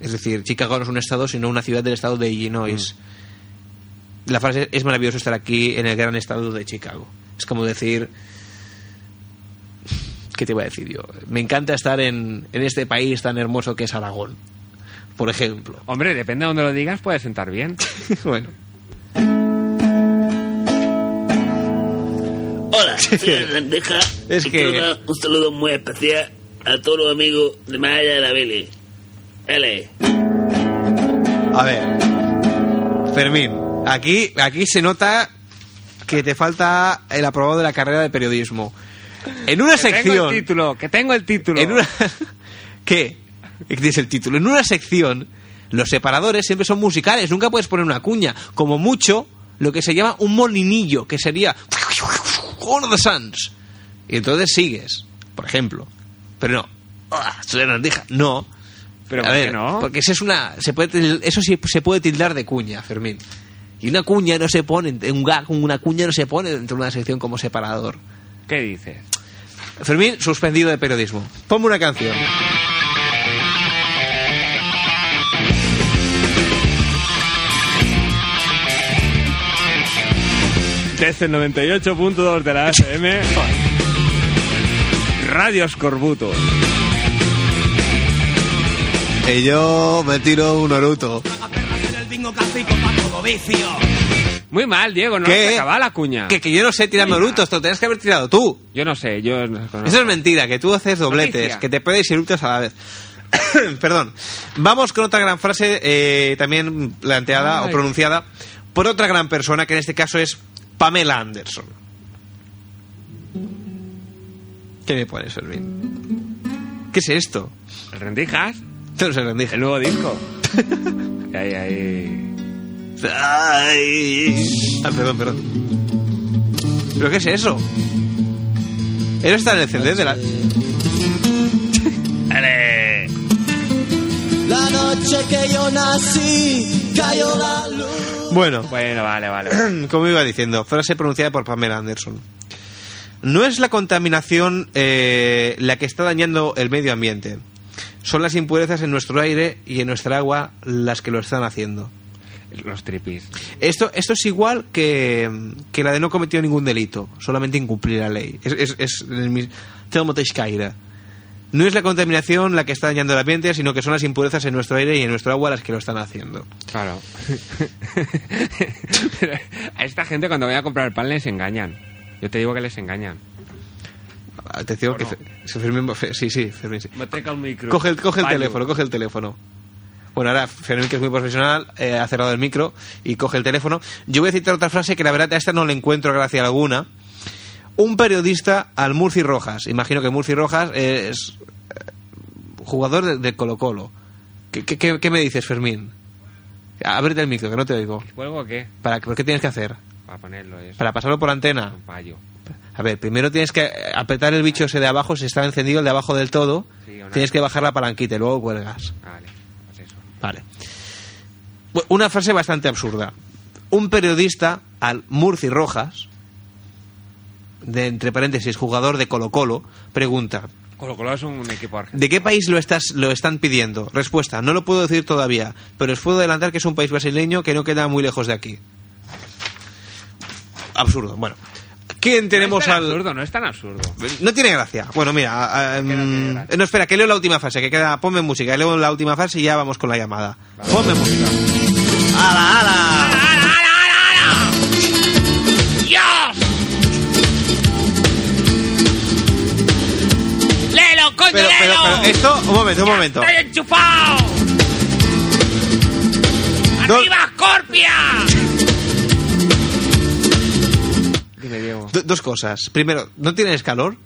Speaker 1: Es decir, Chicago no es un estado, sino una ciudad del estado de Illinois. La frase es maravilloso estar aquí en el gran estado de Chicago. Es como decir... ¿Qué te iba a decir yo? Me encanta estar en, en este país tan hermoso que es Aragón, por ejemplo.
Speaker 3: Hombre, depende de donde lo digas, puede sentar bien.
Speaker 1: (laughs) bueno.
Speaker 6: Hola, soy la Lenteja.
Speaker 1: Es
Speaker 6: Y
Speaker 1: que-
Speaker 6: quiero dar un saludo muy especial a todos los amigos de Más allá de la Billy. L.
Speaker 1: A ver, Fermín, aquí, aquí se nota que te falta el aprobado de la carrera de periodismo. En una
Speaker 3: Que tengo el
Speaker 1: sección.
Speaker 3: título, que tengo el título.
Speaker 1: En una. (laughs) ¿Qué? ¿Qué dice el título? En una sección, los separadores siempre son musicales, nunca puedes poner una cuña. Como mucho, lo que se llama un molinillo, que sería. All of the Suns. Y entonces sigues, por ejemplo. Pero no. Ah, soy la rendija. No.
Speaker 3: Pero
Speaker 1: A
Speaker 3: ¿por qué
Speaker 1: ver,
Speaker 3: no?
Speaker 1: Porque eso es una. Se puede, til- eso sí se puede tildar de cuña, Fermín. Y una cuña no se pone, un gag, una cuña no se pone dentro de una sección como separador.
Speaker 3: ¿Qué dices?
Speaker 1: Fermín, suspendido de periodismo. Ponme una canción.
Speaker 3: Desde el 98.2 de la FM. Radio Scorbuto.
Speaker 1: Y yo me tiro un Naruto.
Speaker 3: Muy mal, Diego, no
Speaker 1: ¿Qué?
Speaker 3: se acaba la cuña.
Speaker 1: Que, que yo no sé tirar Naruto, esto lo tenías que haber tirado tú.
Speaker 3: Yo no sé, yo no- no-
Speaker 1: Eso es mentira, que tú haces dobletes,
Speaker 3: Noticia.
Speaker 1: que te puedes y eructas a la vez. (coughs) Perdón. Vamos con otra gran frase eh, también planteada o pronunciada por otra gran persona que en este caso es Pamela Anderson. ¿Qué me pones, Fermín? ¿Qué es esto?
Speaker 3: ¿El rendijas?
Speaker 1: No se rendija.
Speaker 3: ¿El
Speaker 1: (laughs)
Speaker 3: nuevo disco? ahí, ahí.
Speaker 1: Ay. Ah, perdón, perdón. ¿Pero qué es eso? Eso está en el CD de la...
Speaker 3: ¡Ale!
Speaker 5: La noche que yo nací, cayó la luz.
Speaker 1: Bueno,
Speaker 3: Bueno, vale, vale.
Speaker 1: como iba diciendo, frase pronunciada por Pamela Anderson. No es la contaminación eh, la que está dañando el medio ambiente. Son las impurezas en nuestro aire y en nuestra agua las que lo están haciendo.
Speaker 3: Los tripis.
Speaker 1: Esto, esto es igual que, que la de no cometió ningún delito, solamente incumplir la ley. Es, es, es el mis- Telmo Teixeira. No es la contaminación la que está dañando el ambiente, sino que son las impurezas en nuestro aire y en nuestra agua las que lo están haciendo.
Speaker 3: Claro. (laughs) Pero a esta gente cuando voy a comprar pan les engañan. Yo te digo que les engañan.
Speaker 1: Atención, que
Speaker 3: ¿O no?
Speaker 1: Fe- se Fermín- Fe- sí, sí, Fermín, sí.
Speaker 3: Me toca el micro.
Speaker 1: Coge el, coge el teléfono, coge el teléfono. Bueno, ahora Fermín, que es muy profesional, eh, ha cerrado el micro y coge el teléfono. Yo voy a citar otra frase que la verdad a esta no le encuentro gracia alguna. Un periodista al Murci Rojas. Imagino que Murci Rojas es eh, jugador de- del Colo-Colo. ¿Qué, qué, qué- qué me dices, Fermín? Ábrete el micro, que no te oigo.
Speaker 3: ¿Cuelgo o qué?
Speaker 1: ¿Para, ¿Por qué tienes que hacer?
Speaker 3: Para ponerlo eso.
Speaker 1: ¿Para pasarlo por antena?
Speaker 3: Un payo.
Speaker 1: A ver, primero tienes que eh, apretar el bicho ese de abajo, si está encendido el de abajo del todo,
Speaker 3: Sí, o no.
Speaker 1: tienes que bajar la palanquita y luego cuelgas.
Speaker 3: Vale, pues eso.
Speaker 1: Vale. Bu- Una frase bastante absurda. Un periodista al Murci Rojas, de entre paréntesis, jugador de Colo Colo, pregunta,
Speaker 3: Colo Colo es un equipo argentino.
Speaker 1: ¿de qué país lo, estás, lo están pidiendo? Respuesta, no lo puedo decir todavía, pero os puedo adelantar que es un país brasileño que no queda muy lejos de aquí. Absurdo, bueno. ¿Quién tenemos
Speaker 3: no es tan
Speaker 1: al...?
Speaker 3: absurdo, no es tan absurdo.
Speaker 1: No tiene gracia. Bueno, mira. eh,
Speaker 3: tiene
Speaker 1: mm,
Speaker 3: gracia.
Speaker 1: no, espera, que leo la última frase. Que queda. Ponme música. Leo la última frase y ya vamos con la llamada. Ponme música. ¡Hala, hala!
Speaker 3: Ah,
Speaker 7: ¡Lelo, coño,
Speaker 1: Pero, pero, pero, esto. Un momento, un momento.
Speaker 7: enchufado!
Speaker 1: Do-
Speaker 7: Scorpia!
Speaker 3: Dime, Diego.
Speaker 1: do- dos cosas. Primero, ¿no tienes calor?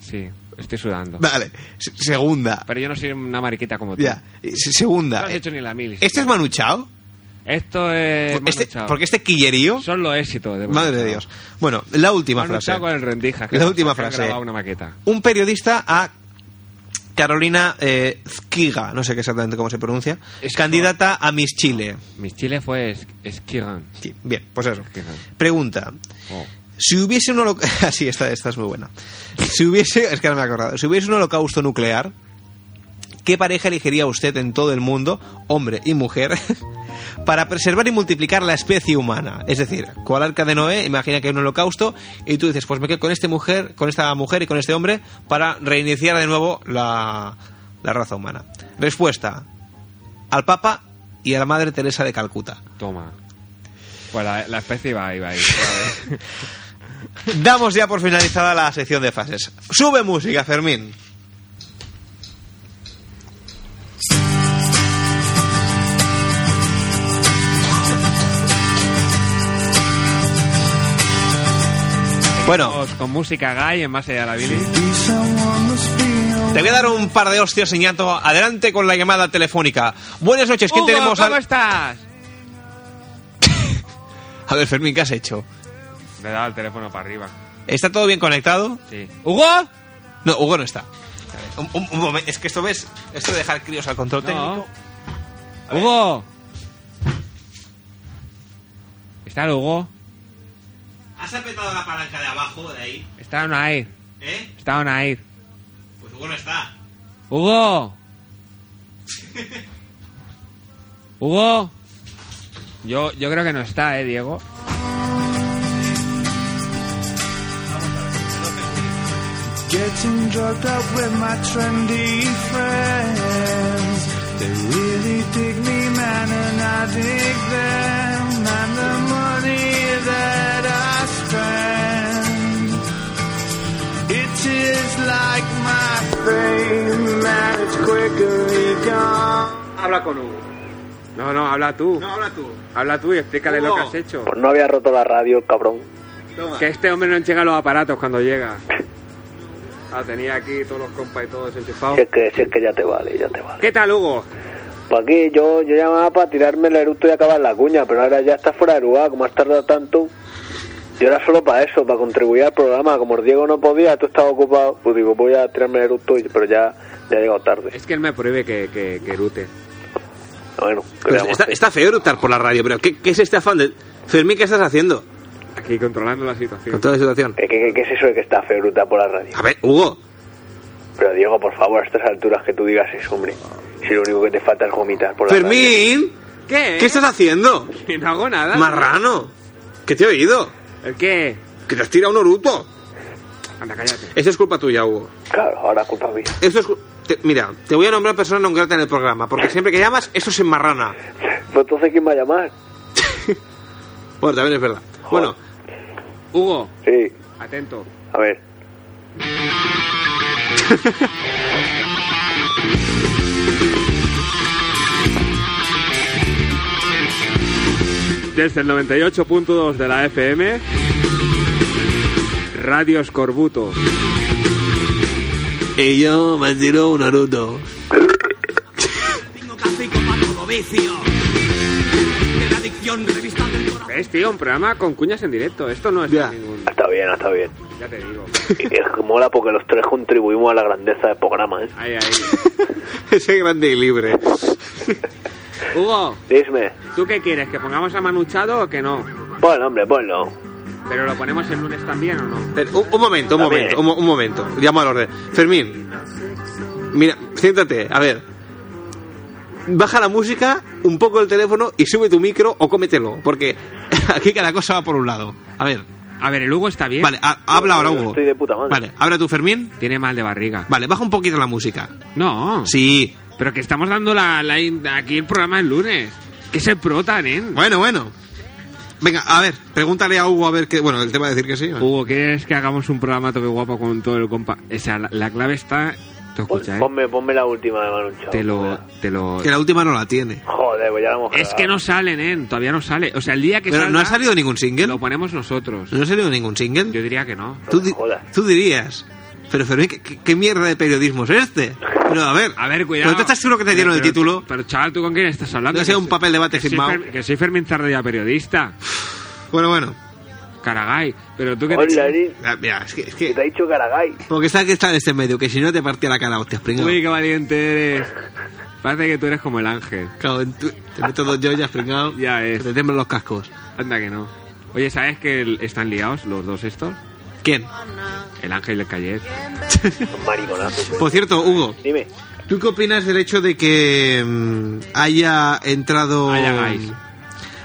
Speaker 3: Sí, estoy sudando.
Speaker 1: Vale. Se- Segunda.
Speaker 3: Pero yo no soy una mariqueta como tú.
Speaker 1: Ya. Eh, se-
Speaker 3: No
Speaker 1: Segunda.
Speaker 3: has hecho ni la mili.
Speaker 1: ¿Este es Manuchao?
Speaker 3: Esto es. Manu
Speaker 1: Este,
Speaker 3: Chao.
Speaker 1: porque este quillerío.
Speaker 3: Son los éxitos de Manu
Speaker 1: Madre de
Speaker 3: Chao.
Speaker 1: Dios. Bueno, la última
Speaker 3: Manu
Speaker 1: frase.
Speaker 3: Chao con el rendija.
Speaker 1: La última
Speaker 3: que han
Speaker 1: frase.
Speaker 3: grabado una maqueta.
Speaker 1: un periodista a Carolina eh, Zquiga, no sé qué exactamente cómo se pronuncia,
Speaker 3: Es-
Speaker 1: candidata a Miss Chile.
Speaker 3: Mis chile fue es- Esquirán.
Speaker 1: Sí, Bien, pues eso.
Speaker 3: Esquirán.
Speaker 1: Pregunta.
Speaker 3: Oh.
Speaker 1: Si hubiese un (laughs) holocausto... Así, esta, esta es muy buena. Si hubiese... Es que no me he acordado. Si hubiese un holocausto nuclear, ¿qué pareja elegiría usted en todo el mundo, hombre y mujer, (laughs) para preservar y multiplicar la especie humana? Es decir, cual arca de Noé, imagina que hay un holocausto y tú dices, pues me quedo con, este mujer, con esta mujer y con este hombre para reiniciar de nuevo la, la raza humana. Respuesta. Al Papa y a la Madre Teresa de Calcuta.
Speaker 3: Toma. Pues la, la especie iba ahí, iba ahí.
Speaker 1: Damos ya por finalizada la sección de fases. Sube música, Fermín. (laughs) Bueno,
Speaker 3: Vamos con música gay en más allá de la Billy.
Speaker 1: te voy a dar un par de hostias, Iñato. Adelante con la llamada telefónica. Buenas noches, ¿quién
Speaker 3: Hugo,
Speaker 1: tenemos?
Speaker 3: ¿Cómo
Speaker 1: al-
Speaker 3: estás?
Speaker 1: A ver, Fermín, ¿qué has hecho?
Speaker 3: Le he dado el teléfono para arriba.
Speaker 1: ¿Está todo bien conectado?
Speaker 3: Sí.
Speaker 1: ¿Hugo? No, Hugo no está. Un, un- un momen- es que esto ves, esto de dejar críos al control técnico.
Speaker 3: ¡Hugo! ¿Está el Hugo?
Speaker 1: ¿Has apretado la palanca de abajo de ahí?
Speaker 3: Está un air.
Speaker 1: ¿Eh?
Speaker 3: Está un air.
Speaker 1: Pues Hugo no está.
Speaker 3: ¡Hugo! ¡Hugo! Yo, yo creo que no está, ¿eh, Diego?
Speaker 8: Getting drugged up with my trendy friends. They really dig me, man, and I dig them. And the money that I spend, it is like my fame, and it's quicker if
Speaker 1: habla con Hugo.
Speaker 3: No, no, habla tú.
Speaker 1: No, habla tú.
Speaker 3: Habla tú y explícale lo
Speaker 1: Hugo.
Speaker 3: que has hecho.
Speaker 9: Pues no había roto la radio, cabrón.
Speaker 1: Toma.
Speaker 3: Que este hombre no llega a los aparatos cuando llega. Ah, tenía aquí todos los compas y todos enchufados.
Speaker 9: Si es que, si es que ya te vale, ya te vale.
Speaker 3: ¿Qué tal, Hugo?
Speaker 9: Pues aquí yo, yo llamaba para tirarme el eructo y acabar la cuña, pero ahora ya está fuera de lugar, como has tardado tanto. Yo era solo para eso, para contribuir al programa. Como el Diego no podía, tú estabas ocupado, pues digo, voy a tirarme el eructo, y- pero ya, ya he llegado tarde.
Speaker 3: Es que él me prohíbe que, que, que erute.
Speaker 9: Bueno, ¿qué le
Speaker 1: Pues
Speaker 9: vamos a
Speaker 1: está,
Speaker 9: hacer?
Speaker 1: está feo eructar por la radio, pero ¿qué, qué es este afán de... Fermín, ¿qué estás haciendo
Speaker 3: Aquí controlando la situación.
Speaker 1: con toda la situación?
Speaker 9: ¿Qué, qué- qué es eso de que está feo bruta por la radio?
Speaker 1: A ver, Hugo,
Speaker 9: Pero Diego, por favor, a estas alturas que tú digas eso, hombre. Si lo único que te falta es vomitar por la radio.
Speaker 1: Fermín,
Speaker 3: ¿Qué?
Speaker 1: ¿qué estás haciendo?
Speaker 3: Que No hago nada.
Speaker 1: Marrano, que te he oído,
Speaker 3: ¿El qué?
Speaker 1: que te has tirado un oruto.
Speaker 3: Anda, cállate.
Speaker 1: Eso es culpa tuya, Hugo.
Speaker 9: Claro, ahora culpa mía.
Speaker 1: Eso es... cu- te- mira, te voy a nombrar persona no grata en el programa, porque siempre que llamas, eso se enmarrana.
Speaker 9: (laughs) Pues entonces, ¿quién va a llamar?
Speaker 1: Bueno, también es verdad. Bueno, (laughs)
Speaker 3: Hugo,
Speaker 9: Sí,
Speaker 3: atento.
Speaker 9: a ver.
Speaker 3: Desde el 98.2 de la FM, Radio Escorbuto.
Speaker 1: y yo me tiro un oruto.
Speaker 3: ¿Ves, tío? Un programa con cuñas en directo. Esto no es
Speaker 1: Ya.
Speaker 3: ningún...
Speaker 9: Está bien, está bien.
Speaker 3: Ya te digo.
Speaker 9: Y es que mola porque los tres contribuimos a la grandeza del programa, ¿eh?
Speaker 3: Ahí, ahí.
Speaker 1: Ese grande y libre.
Speaker 3: Hugo,
Speaker 9: Dime.
Speaker 3: ¿tú qué quieres? ¿Que pongamos a Manuchado o que no?
Speaker 9: Bueno, hombre, ponlo.
Speaker 3: ¿Pero lo ponemos el lunes también o no?
Speaker 1: Pero, Eh, un, un momento, un
Speaker 9: A ver.
Speaker 1: momento, un, mo- un momento. Llamo al orden. Fermín, mira, siéntate, a ver. Baja la música, un poco el teléfono y sube tu micro o cómetelo, porque (laughs) aquí cada cosa va por un lado. A ver,
Speaker 3: A ver, el Hugo está bien.
Speaker 1: vale, ha- habla ahora
Speaker 9: yo
Speaker 1: Hugo.
Speaker 9: estoy de puta madre.
Speaker 1: Vale, habla tú Fermín.
Speaker 3: Tiene mal de barriga.
Speaker 1: Vale, baja un poquito la música.
Speaker 3: No.
Speaker 1: Sí.
Speaker 3: Pero que estamos dando la, la in- aquí el programa el lunes. Que se prota, nen.
Speaker 1: Bueno, bueno. Venga, a ver, pregúntale a Hugo a ver qué... Bueno, el tema de decir que sí. ¿vale?
Speaker 3: Hugo, ¿quieres que hagamos un programa toque guapo con todo el compa? O sea, la, la clave está... Tú
Speaker 9: Pon-
Speaker 3: escucha, ¿eh?
Speaker 9: ponme, ponme la última de Manu Chao.
Speaker 3: Te lo... Te lo...
Speaker 1: Que la última no la tiene.
Speaker 9: Joder, pues ya la hemos
Speaker 3: Es que no sale, nen. Todavía no sale. O sea, el día que
Speaker 1: Pero no
Speaker 3: salga,
Speaker 1: ha salido ningún single.
Speaker 3: Lo ponemos nosotros.
Speaker 1: No ha salido ningún single.
Speaker 3: Yo diría que no.
Speaker 1: Tú, di-
Speaker 9: Joder.
Speaker 1: tú dirías, pero Fermín, ¿qué, qué- qué mierda de periodismo es este? Pero a ver,
Speaker 3: A ver, cuidado.
Speaker 1: ¿Pero tú estás seguro que te dieron el
Speaker 3: Pero-
Speaker 1: título?
Speaker 3: Pero, chaval, ¿tú con quién estás hablando?
Speaker 1: No sea
Speaker 3: Que
Speaker 1: un
Speaker 3: soy-
Speaker 1: papel de bate
Speaker 3: que soy
Speaker 1: firmado.
Speaker 3: Fer- Que soy Fermín Tardía, periodista.
Speaker 1: Bueno, bueno.
Speaker 3: Caragay. Pero tú que...
Speaker 9: Hola, Ari,
Speaker 1: Ah, Mira, es que, es
Speaker 9: que te ha
Speaker 1: que
Speaker 9: dicho Caragay.
Speaker 1: porque sabes que está en este medio, que si no te partía la cara, hostia, pringado.
Speaker 3: Uy, qué valiente eres. Parece que tú eres como el ángel.
Speaker 1: Cago en tu- Te meto dos joyas, pringado.
Speaker 3: Ya
Speaker 1: que
Speaker 3: es.
Speaker 1: Te temblan los cascos.
Speaker 3: Anda que no. Oye, ¿sabes que el- están liados los dos estos?
Speaker 1: ¿Quién?
Speaker 3: El ángel y el Cayer.
Speaker 9: Un mariconazo.
Speaker 1: Por cierto, Hugo,
Speaker 9: Dime.
Speaker 1: ¿tú qué opinas del hecho de que mm, haya
Speaker 9: Oh.
Speaker 1: entrado...
Speaker 3: Haya gays.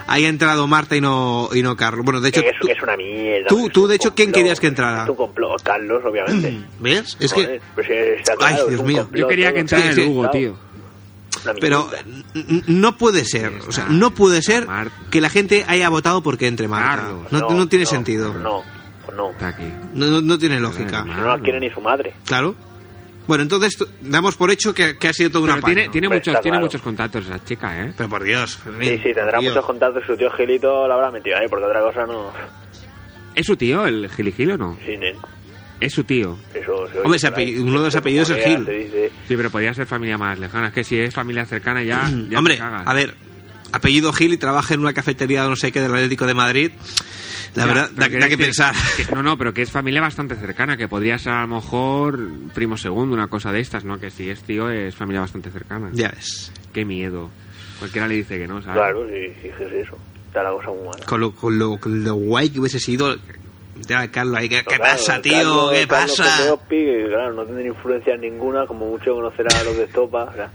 Speaker 1: Haya entrado Marta y no, y no Carlos? Bueno, de hecho...
Speaker 9: que eso
Speaker 1: tú-
Speaker 9: que es una mierda.
Speaker 1: tú-
Speaker 9: que es
Speaker 1: tú,
Speaker 9: un
Speaker 1: de hecho, ¿quién
Speaker 9: complot,
Speaker 1: querías que entrara?
Speaker 9: Es un complot, Carlos, obviamente.
Speaker 1: ¿Ves? (clears throat) Es que...
Speaker 9: Joder, pues está claro,
Speaker 1: Ay,
Speaker 9: es
Speaker 1: Dios
Speaker 9: un
Speaker 1: mío.
Speaker 9: complot,
Speaker 3: Yo quería
Speaker 9: todo
Speaker 3: que entrara
Speaker 1: Sí,
Speaker 3: el
Speaker 1: sí.
Speaker 3: Hugo, tío.
Speaker 9: Una
Speaker 1: Pero
Speaker 9: mierda.
Speaker 1: n- n- no puede ser, o sea, no puede ser
Speaker 3: Marta.
Speaker 1: que la gente haya votado porque entre Marta.
Speaker 3: Carlos.
Speaker 1: No, no tiene sentido. Ah.
Speaker 9: No, no.
Speaker 3: Está aquí.
Speaker 1: No, no- no tiene lógica.
Speaker 9: No la quiere ni su madre.
Speaker 1: Claro. Bueno, entonces t- damos por hecho que, que ha sido todo una
Speaker 3: Pero tiene, tiene,
Speaker 9: Hombre,
Speaker 3: muchos,
Speaker 9: está
Speaker 3: tiene
Speaker 9: claro.
Speaker 3: muchos contactos esa chica, ¿eh?
Speaker 1: Pero por Dios.
Speaker 9: Sí, sí, tendrá muchos contactos. Su tío Gilito la habrá metido ahí, porque otra cosa no.
Speaker 3: ¿Es su tío, el giligil o no?
Speaker 9: Sí, nen.
Speaker 3: Es su tío.
Speaker 9: Eso, se oye
Speaker 1: Hombre, ese
Speaker 9: por ahí.
Speaker 1: apellido- uno de los apellidos es
Speaker 9: Como
Speaker 1: Gil.
Speaker 9: se dice,
Speaker 3: Sí, pero podría ser familia más lejana. Es que si es familia cercana
Speaker 1: (clears throat)
Speaker 3: ya, ya te
Speaker 1: Hombre,
Speaker 3: cagas.
Speaker 1: a ver, apellido Gil y trabaja en una cafetería no sé qué del Atlético de Madrid. La
Speaker 3: Ya,
Speaker 1: verdad,
Speaker 3: pero
Speaker 1: da,
Speaker 3: quiero
Speaker 1: da que
Speaker 3: decir
Speaker 1: pensar.
Speaker 3: que- no, no, pero que es familia bastante cercana, que podría ser a lo mejor primo segundo, una cosa de estas, ¿no? Que si es tío, es familia bastante cercana.
Speaker 1: (laughs) Ya ves.
Speaker 3: Qué miedo. Cualquiera le dice que no, ¿sabes?
Speaker 9: Claro, sí, sí, sí, es eso. Está la cosa muy mala.
Speaker 1: Con lo, con lo- con lo guay que hubiese sido. Ya, Carlos, ahí, ¿qué, qué
Speaker 9: Claro,
Speaker 1: pasa,
Speaker 9: el
Speaker 1: tío?
Speaker 9: Carlos-
Speaker 1: ¿Qué
Speaker 9: el Carlos
Speaker 1: pasa?
Speaker 9: Penelope, que, claro, no tendrá influencia ninguna, como mucho conocerá a los de Estopa. o sea,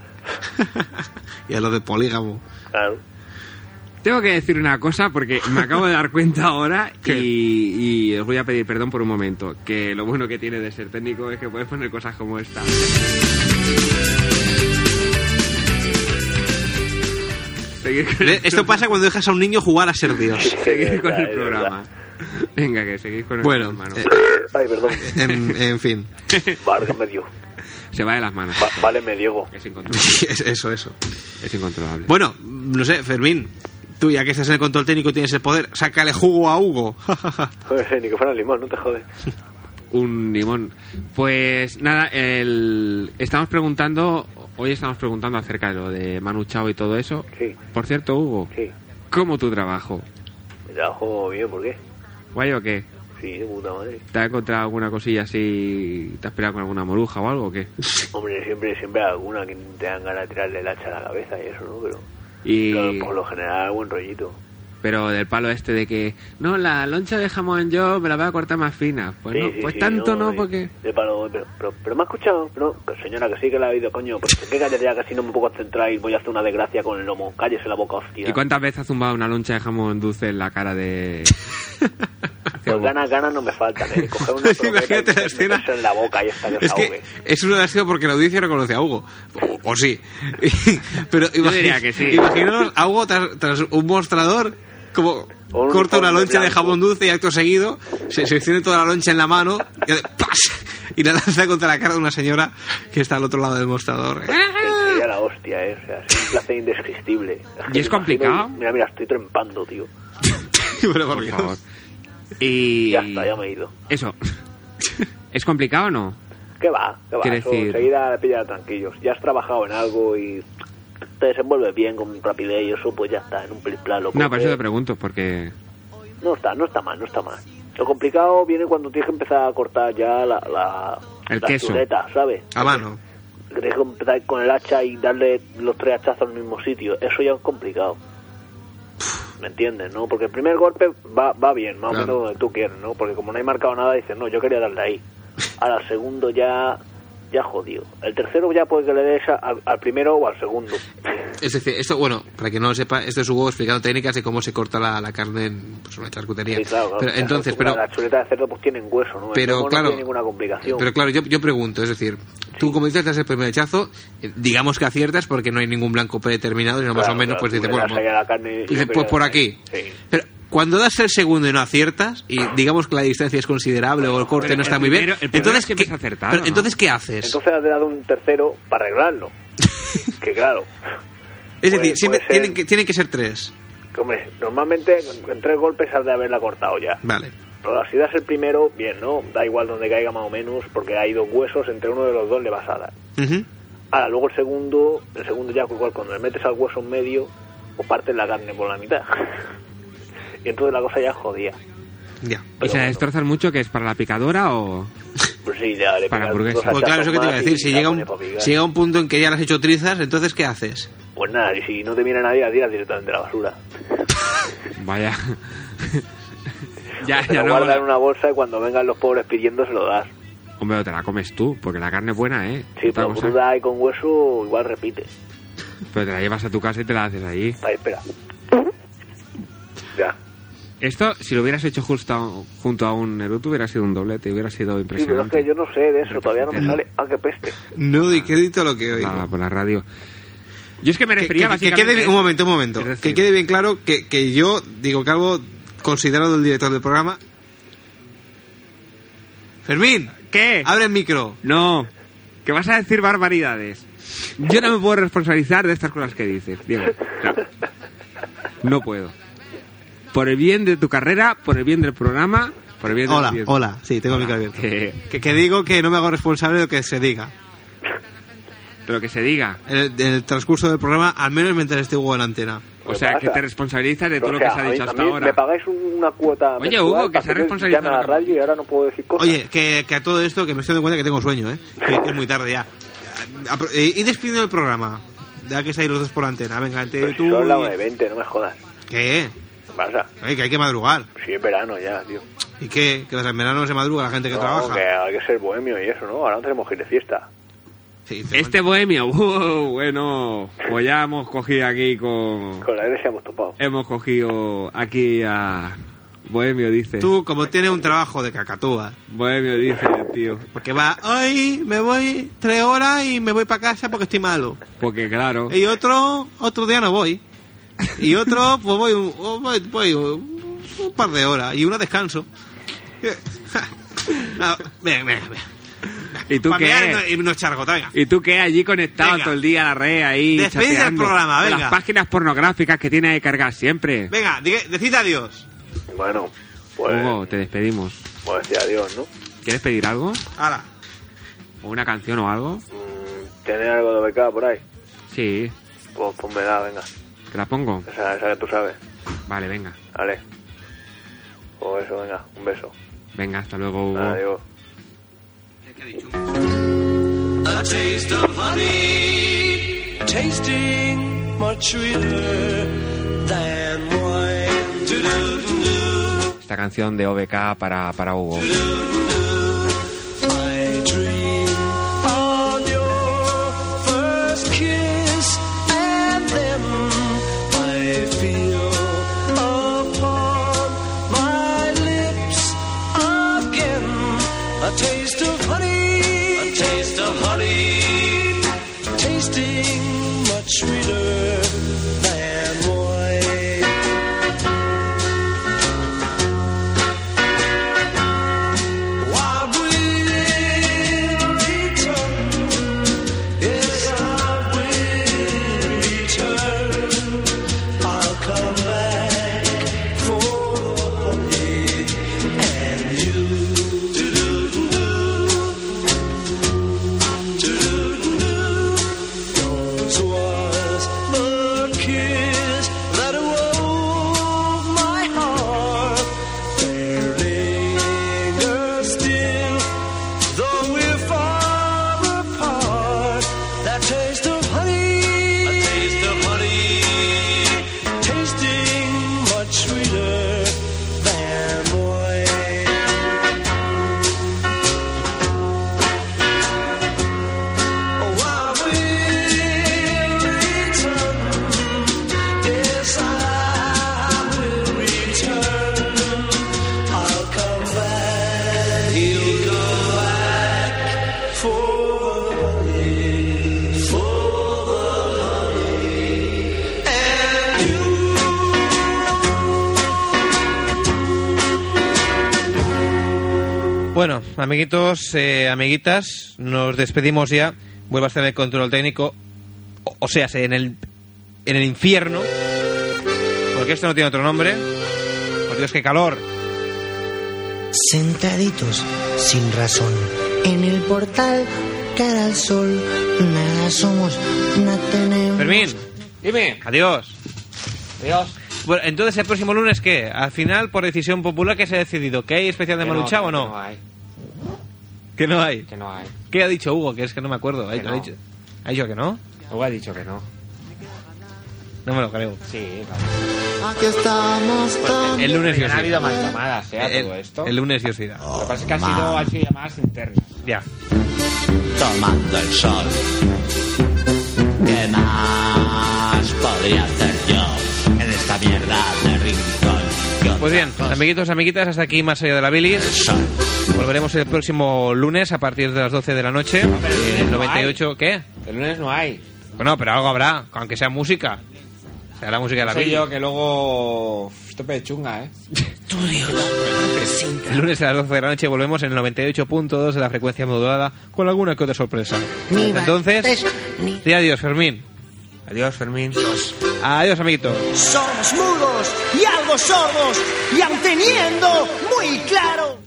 Speaker 1: (laughs) y a lo de polígamo. (laughs)
Speaker 9: claro.
Speaker 3: Tengo que decir una cosa porque me acabo de dar cuenta ahora y,
Speaker 1: (laughs) ¿Qué?
Speaker 3: y os voy a pedir perdón por un momento. Que lo bueno que tiene de ser técnico es que puedes poner cosas como esta. Seguir con
Speaker 1: Ve, Esto pasa cuando dejas a un niño jugar a ser
Speaker 9: (laughs)
Speaker 1: Dios.
Speaker 3: seguid con
Speaker 9: Claro,
Speaker 3: el
Speaker 9: es
Speaker 3: programa. Venga, que seguís con el
Speaker 1: Bueno,
Speaker 3: programa. ¿no?
Speaker 1: (laughs) eh,
Speaker 9: verdad. Ay, perdón.
Speaker 1: en, en fin. (laughs)
Speaker 9: Válgame Dios.
Speaker 3: Se va de las manos.
Speaker 9: Va- vale, me Diego. (laughs)
Speaker 3: Es incontrolable.
Speaker 1: Es- eso, eso.
Speaker 3: Es incontrolable.
Speaker 1: Bueno, no sé, Fermín, tú ya que estás en el control técnico y tienes el poder, sácale jugo a Hugo. (laughs)
Speaker 9: Ni que fuera limón, no te jodes.
Speaker 3: Un limón. Pues nada, el... estamos preguntando, hoy estamos preguntando acerca de lo de Manu Chao y todo eso.
Speaker 9: Sí,
Speaker 3: Por cierto, Hugo,
Speaker 9: sí.
Speaker 3: ¿cómo tu trabajo?
Speaker 9: Me trabajo bien, ¿por qué?
Speaker 3: ¿Guay o qué?
Speaker 9: Sí, de puta madre.
Speaker 3: ¿Te has encontrado alguna cosilla así? ¿Te has peleado con alguna moruja o algo o qué?
Speaker 9: Hombre, siempre, siempre alguna que te dan ganas de tirarle el hacha a la cabeza y eso, ¿no? Pero
Speaker 3: Y...
Speaker 9: claro, por lo general, buen rollito.
Speaker 3: Pero del palo este de que, no, la loncha de jamón yo me la voy a cortar más fina. Pues
Speaker 9: Sí,
Speaker 3: no,
Speaker 9: sí,
Speaker 3: pues
Speaker 9: sí,
Speaker 3: tanto no,
Speaker 9: y-
Speaker 3: porque...
Speaker 9: de palo, eh, pero, pero, pero me ha escuchado, ¿no? Que señora, que sí que la ha oído, coño. Pues que cállate ya, que si no me puedo concentrar y voy a hacer una desgracia con el lomo. Cállese la boca, hostia.
Speaker 3: ¿Y cuántas veces ha zumbado una loncha de jamón dulce en la cara
Speaker 9: (laughs)
Speaker 3: de...
Speaker 9: Pues ganas, ganas no me faltan,
Speaker 3: (laughs)
Speaker 9: ¿eh? Coger una croqueta
Speaker 1: Imagínate
Speaker 9: y
Speaker 1: la escena.
Speaker 9: meterse en la boca y hasta que
Speaker 1: Es
Speaker 9: se
Speaker 1: que
Speaker 9: ahogue.
Speaker 1: es una lástima porque la audiencia no conoce a Hugo. O, o sí. (laughs) Pero imagina-
Speaker 3: diría que sí.
Speaker 1: imaginaros a Hugo tras, tras un mostrador, como
Speaker 9: O un
Speaker 1: corta una
Speaker 9: uniforme
Speaker 1: loncha de
Speaker 9: blanco.
Speaker 1: jabón dulce y acto seguido, se, se tiene toda la loncha en la mano y, hace ¡pas! y la lanza contra la cara de una señora que está al otro lado del mostrador. (laughs)
Speaker 9: Sería la hostia, ¿eh? O sea, es un placer
Speaker 3: ¿Y
Speaker 9: indescriptible.
Speaker 3: es
Speaker 9: Me imagino
Speaker 3: complicado?
Speaker 9: y- Mira, mira, estoy trempando, tío.
Speaker 1: Pero por
Speaker 3: Por
Speaker 1: Dios.
Speaker 3: favor. Y...
Speaker 9: Ya está, ya me he ido.
Speaker 3: Eso. (laughs) ¿Es complicado o no?
Speaker 9: ¿Qué va? ¿Qué va?
Speaker 3: Quiero
Speaker 9: Eso
Speaker 3: decir-
Speaker 9: Enseguida pilla tranquilos. Ya has trabajado en algo y te desenvuelves bien con rapidez y eso, pues ya está, en un plan loco.
Speaker 3: No, por eso te pregunto, porque...
Speaker 9: No está, no está mal, no está mal. Lo complicado viene cuando tienes que empezar a cortar ya la, la,
Speaker 3: El
Speaker 9: la
Speaker 3: queso.
Speaker 9: chuleta, ¿sabes?
Speaker 1: A mano.
Speaker 9: Tienes que empezar con el hacha y darle los tres hachazos al mismo sitio. Eso ya es complicado. ¿Me entiendes, no? Porque el primer golpe va, va bien, más
Speaker 1: Claro.
Speaker 9: o menos donde tú quieres, ¿no? Porque como no he marcado nada, dices, no, yo quería darle ahí. Ahora, al segundo ya... Ya jodido. El tercero ya puede que le des a- al, al primero o al segundo.
Speaker 1: Es decir, esto, bueno, para que no lo sepa, esto es Hugo explicando técnicas de cómo se corta la, la carne en pues, una charcutería.
Speaker 9: Sí, claro, claro.
Speaker 1: Pero, entonces, pero,
Speaker 9: Las chuletas de cerdo pues tienen hueso, ¿no? El
Speaker 1: Pero,
Speaker 9: lomo
Speaker 1: claro,
Speaker 9: No tiene ninguna complicación.
Speaker 1: Pero claro, yo, yo pregunto, es decir, tú como dices, das el primer hachazo, eh, digamos que aciertas porque no hay ningún blanco predeterminado, sino más
Speaker 9: Claro,
Speaker 1: o menos
Speaker 9: claro,
Speaker 1: pues
Speaker 9: tú
Speaker 1: dices,
Speaker 9: le
Speaker 1: bueno,
Speaker 9: das ahí a la carne y
Speaker 1: dices,
Speaker 9: siempre
Speaker 1: pues
Speaker 9: le
Speaker 1: por
Speaker 9: das
Speaker 1: aquí.
Speaker 9: ahí. Sí.
Speaker 1: Pero cuando das el segundo y no aciertas, y digamos que la distancia es considerable o el corte
Speaker 3: Pero
Speaker 1: no
Speaker 3: el
Speaker 1: está muy bien,
Speaker 3: primero- el primero
Speaker 1: entonces,
Speaker 3: siempre
Speaker 1: ¿qué,
Speaker 3: es acertado,
Speaker 1: pero
Speaker 3: ¿no?
Speaker 1: entonces ¿qué haces?
Speaker 9: Entonces has dado un tercero
Speaker 1: (laughs)
Speaker 9: para arreglarlo. que claro.
Speaker 1: es
Speaker 9: puede-
Speaker 1: decir, siempre
Speaker 9: puede ser-
Speaker 1: tienen, que, tienen que ser tres.
Speaker 9: que, hombre, normalmente con- con tres golpes has de haberla cortado ya.
Speaker 1: Vale.
Speaker 9: Pero si das el primero, bien, ¿no? Da igual donde caiga más o menos, porque hay dos huesos, entre uno de los dos le vas a dar.
Speaker 1: Ujú.
Speaker 9: Ahora, luego el segundo, el segundo ya igual cuando le metes al hueso en medio, o partes la carne por la mitad. (laughs) y entonces la cosa ya jodía.
Speaker 1: Ya.
Speaker 3: ¿Y
Speaker 9: Pero
Speaker 3: se la
Speaker 9: bueno.
Speaker 3: destrozan mucho que es para la picadora o...?
Speaker 9: Pues sí, ya le
Speaker 3: Para
Speaker 9: pegas
Speaker 3: hamburguesa.
Speaker 9: dos
Speaker 3: Pues
Speaker 1: Pues claro, eso que te iba a
Speaker 9: hachazos
Speaker 1: decir,
Speaker 9: más
Speaker 1: si
Speaker 9: y
Speaker 1: llega,
Speaker 9: la
Speaker 1: un,
Speaker 9: pones pa' picar.
Speaker 1: si llega un punto en que ya las has hecho trizas, entonces ¿qué haces?
Speaker 9: Pues nada, y si no te mira nadie, la tiras directamente a la
Speaker 1: (laughs)
Speaker 9: basura.
Speaker 3: Vaya... ya,
Speaker 1: Ah,
Speaker 9: Te
Speaker 3: ya
Speaker 9: lo
Speaker 3: no...
Speaker 9: guardas en una bolsa y cuando vengan los pobres pidiendo se lo das.
Speaker 3: Hombre, te la comes tú, porque la carne es buena, ¿eh?
Speaker 1: Pues
Speaker 9: Sí,
Speaker 3: Otra
Speaker 9: pero
Speaker 3: cosa-
Speaker 9: cruda y con hueso igual repite.
Speaker 3: pero te la llevas a tu casa y te la haces allí.
Speaker 9: Ahí, espera. Ya.
Speaker 3: Esto, si lo hubieras hecho justo a- junto a un Naruto, hubiera sido un doblete, hubiera sido
Speaker 9: Sí, pero es
Speaker 3: impresionante.
Speaker 9: que yo no sé de eso, todavía no me sale. Ah, qué peste.
Speaker 1: No doy crédito a lo que oigo.
Speaker 3: Nada, por la radio. Yo es que me
Speaker 1: que,
Speaker 3: refería
Speaker 1: que- que
Speaker 3: básicamente... ¿eh?
Speaker 1: quede bien- un momento, un momento.
Speaker 3: Es decir-
Speaker 1: que quede bien claro que, que yo, digo Calvo, considerado el director del programa. Fermín,
Speaker 3: ¿Qué?
Speaker 1: abre el micro.
Speaker 3: No, que vas a decir barbaridades. Yo no me puedo responsabilizar de estas cosas que dices, Diego. No, No puedo. Por el bien de tu carrera, por el bien del programa, por el bien de
Speaker 1: Hola, hola. Sí, tengo el micro abierto.
Speaker 3: Que,
Speaker 1: Que, que digo que no me hago responsable de lo que se diga.
Speaker 3: pero que se diga.
Speaker 1: En el, en el transcurso del programa, al menos mientras esté Hugo en la antena.
Speaker 3: O
Speaker 9: ¿Qué
Speaker 3: sea, que
Speaker 9: pasa?
Speaker 3: te responsabilizas de todo
Speaker 9: O
Speaker 3: lo que
Speaker 9: sea,
Speaker 3: se
Speaker 9: a
Speaker 3: ha
Speaker 9: mí-
Speaker 3: dicho
Speaker 9: a
Speaker 3: hasta
Speaker 9: mí Me
Speaker 3: ahora.
Speaker 9: pagáis un- una cuota.
Speaker 3: Oye,
Speaker 9: mensual
Speaker 3: Hugo, que
Speaker 9: para
Speaker 3: se ha
Speaker 9: yo
Speaker 3: responsabilizado
Speaker 9: llame a
Speaker 3: de
Speaker 9: la
Speaker 3: lo que
Speaker 9: radio y ahora no puedo decir cosas.
Speaker 3: eh,
Speaker 1: Oye, que, que a todo esto, que me estoy dando cuenta que tengo sueño, ¿eh? Que es muy tarde ya. Apro- eh, Y despidiendo el programa. Ya que estáis los dos por la antena. Venga,
Speaker 9: Pero
Speaker 1: te,
Speaker 9: si
Speaker 1: tú.
Speaker 9: son las
Speaker 1: y-
Speaker 9: 1.20, no me jodas.
Speaker 1: ¿Qué?
Speaker 9: ¿Qué pasa?
Speaker 1: Oye, que hay que madrugar.
Speaker 9: Si es verano ya, tío.
Speaker 1: ¿Y qué? Que en verano se madruga la gente que
Speaker 9: No,
Speaker 1: trabaja.
Speaker 9: que hay que ser bohemio y eso, ¿no? Ahora no tenemos que ir de fiesta.
Speaker 1: Sí, te
Speaker 3: Este bohemio, (laughs) wow, bueno, pues ya hemos cogido aquí con...
Speaker 9: Con la iglesia hemos topado.
Speaker 3: Hemos cogido aquí a... Bohemio dice.
Speaker 1: Tú, como tienes un trabajo de cacatúa,
Speaker 3: Bohemio dice, tío.
Speaker 1: porque va, hoy me voy tres horas y me voy para casa porque estoy malo.
Speaker 3: Porque claro...
Speaker 1: Y otro, otro día no voy. Y otro, pues voy, un- oh, voy, voy un un (laughs) par de horas y una descanso. Ja. Ah, venga, venga, venga.
Speaker 3: ¿Y tú
Speaker 10: Pa'
Speaker 3: qué?
Speaker 10: mear y no- Y unos chargotas, venga.
Speaker 3: ¿Y tú qué? Allí conectado
Speaker 10: Venga.
Speaker 3: todo el día a la red, ahí.
Speaker 10: Despide del
Speaker 3: chateando.
Speaker 10: programa,
Speaker 3: Con
Speaker 10: venga.
Speaker 3: Las páginas pornográficas que tiene que cargar siempre.
Speaker 10: Venga, diga- decid adiós.
Speaker 9: Bueno,
Speaker 3: Hugo, te despedimos.
Speaker 9: pues decía adiós, ¿no?
Speaker 3: ¿Quieres pedir algo?
Speaker 10: Hala.
Speaker 3: ¿O una canción o algo?
Speaker 9: ¿Tienes Mm, algo de becada por ahí?
Speaker 3: Sí,
Speaker 9: Pues, pues me da, venga.
Speaker 3: te la pongo.
Speaker 9: Esa, esa que tú sabes.
Speaker 3: Vale, venga.
Speaker 9: Vale. Pues eso, venga, un beso.
Speaker 3: Venga, hasta luego, Hugo.
Speaker 9: Adiós.
Speaker 2: A taste of honey, tasting much sweeter than wine. Do-do-do-do.
Speaker 3: Esta canción de OBK para, para Hugo.
Speaker 2: I dream on your first kiss, and then I feel upon my lips again a taste of honey, a taste of honey tasting much sweeter than wine. Why will return? Yes, I will return. I'll come back for honey and you. Yours was the kiss that awoke my heart. There lingers still, though we're far apart, that taste of honey, a taste of honey, tasting much sweeter than wine.
Speaker 1: Bueno, amiguitos, eh, amiguitas, nos despedimos ya. Vuelva a estar el control técnico, o, o sea, en el, en el infierno, porque esto no tiene otro nombre. Por Dios, qué calor.
Speaker 4: Sentaditos, sin razón, en el portal, cara al sol, nada somos, nada tenemos.
Speaker 1: Fermín. Dime. Adiós. Adiós. Bueno, entonces el próximo lunes, ¿qué? Al final, por decisión popular, ¿qué se ha decidido? ¿Que hay especial de
Speaker 11: Que no,
Speaker 1: Malucha o no?
Speaker 11: que no hay.
Speaker 1: Que no hay.
Speaker 11: Que no hay.
Speaker 1: ¿Qué ha dicho Hugo? Que es que no me acuerdo. Ha,
Speaker 11: Que
Speaker 1: ha
Speaker 11: no.
Speaker 1: dicho, ¿Ha dicho que no?
Speaker 11: Hugo ha dicho que no.
Speaker 1: No me lo creo.
Speaker 11: Sí,
Speaker 4: Aquí estamos tan
Speaker 1: El lunes yo
Speaker 11: Ha
Speaker 1: sí.
Speaker 11: habido más llamadas, ¿eh? A
Speaker 1: El-
Speaker 11: todo esto.
Speaker 1: El lunes yo sí irá.
Speaker 11: Lo que pasa es que ha sido, han sido llamadas internas.
Speaker 1: Ya.
Speaker 12: tomando el sol. ¿Qué más podría hacer yo en esta mierda de rincón?
Speaker 1: Pues bien,
Speaker 11: Ah.
Speaker 1: amiguitos, amiguitas, hasta aquí más allá de la bilis. Volveremos el próximo lunes a partir de las 12 de la noche.
Speaker 11: Ah,
Speaker 1: El 98, ¿qué?
Speaker 11: El lunes no hay.
Speaker 1: Bueno, pero algo habrá, aunque sea música. Será la música de la
Speaker 11: Soy
Speaker 1: bilis.
Speaker 11: yo que luego. Estope de chunga, ¿eh?
Speaker 1: El lunes a las 12 de la noche volvemos en el 98.2 de la frecuencia modulada con alguna que otra sorpresa. Hasta Entonces, di adiós, Fermín.
Speaker 11: Adiós, Fermín.
Speaker 1: Adiós, amiguitos.
Speaker 2: Somos mudos y algo sordos y aun teniendo muy claro.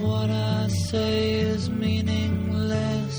Speaker 13: What I say is meaningless,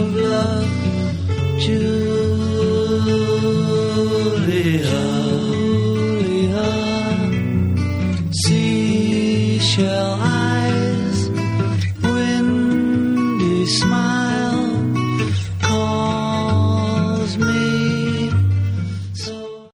Speaker 13: of love, Julia. Julia, seashell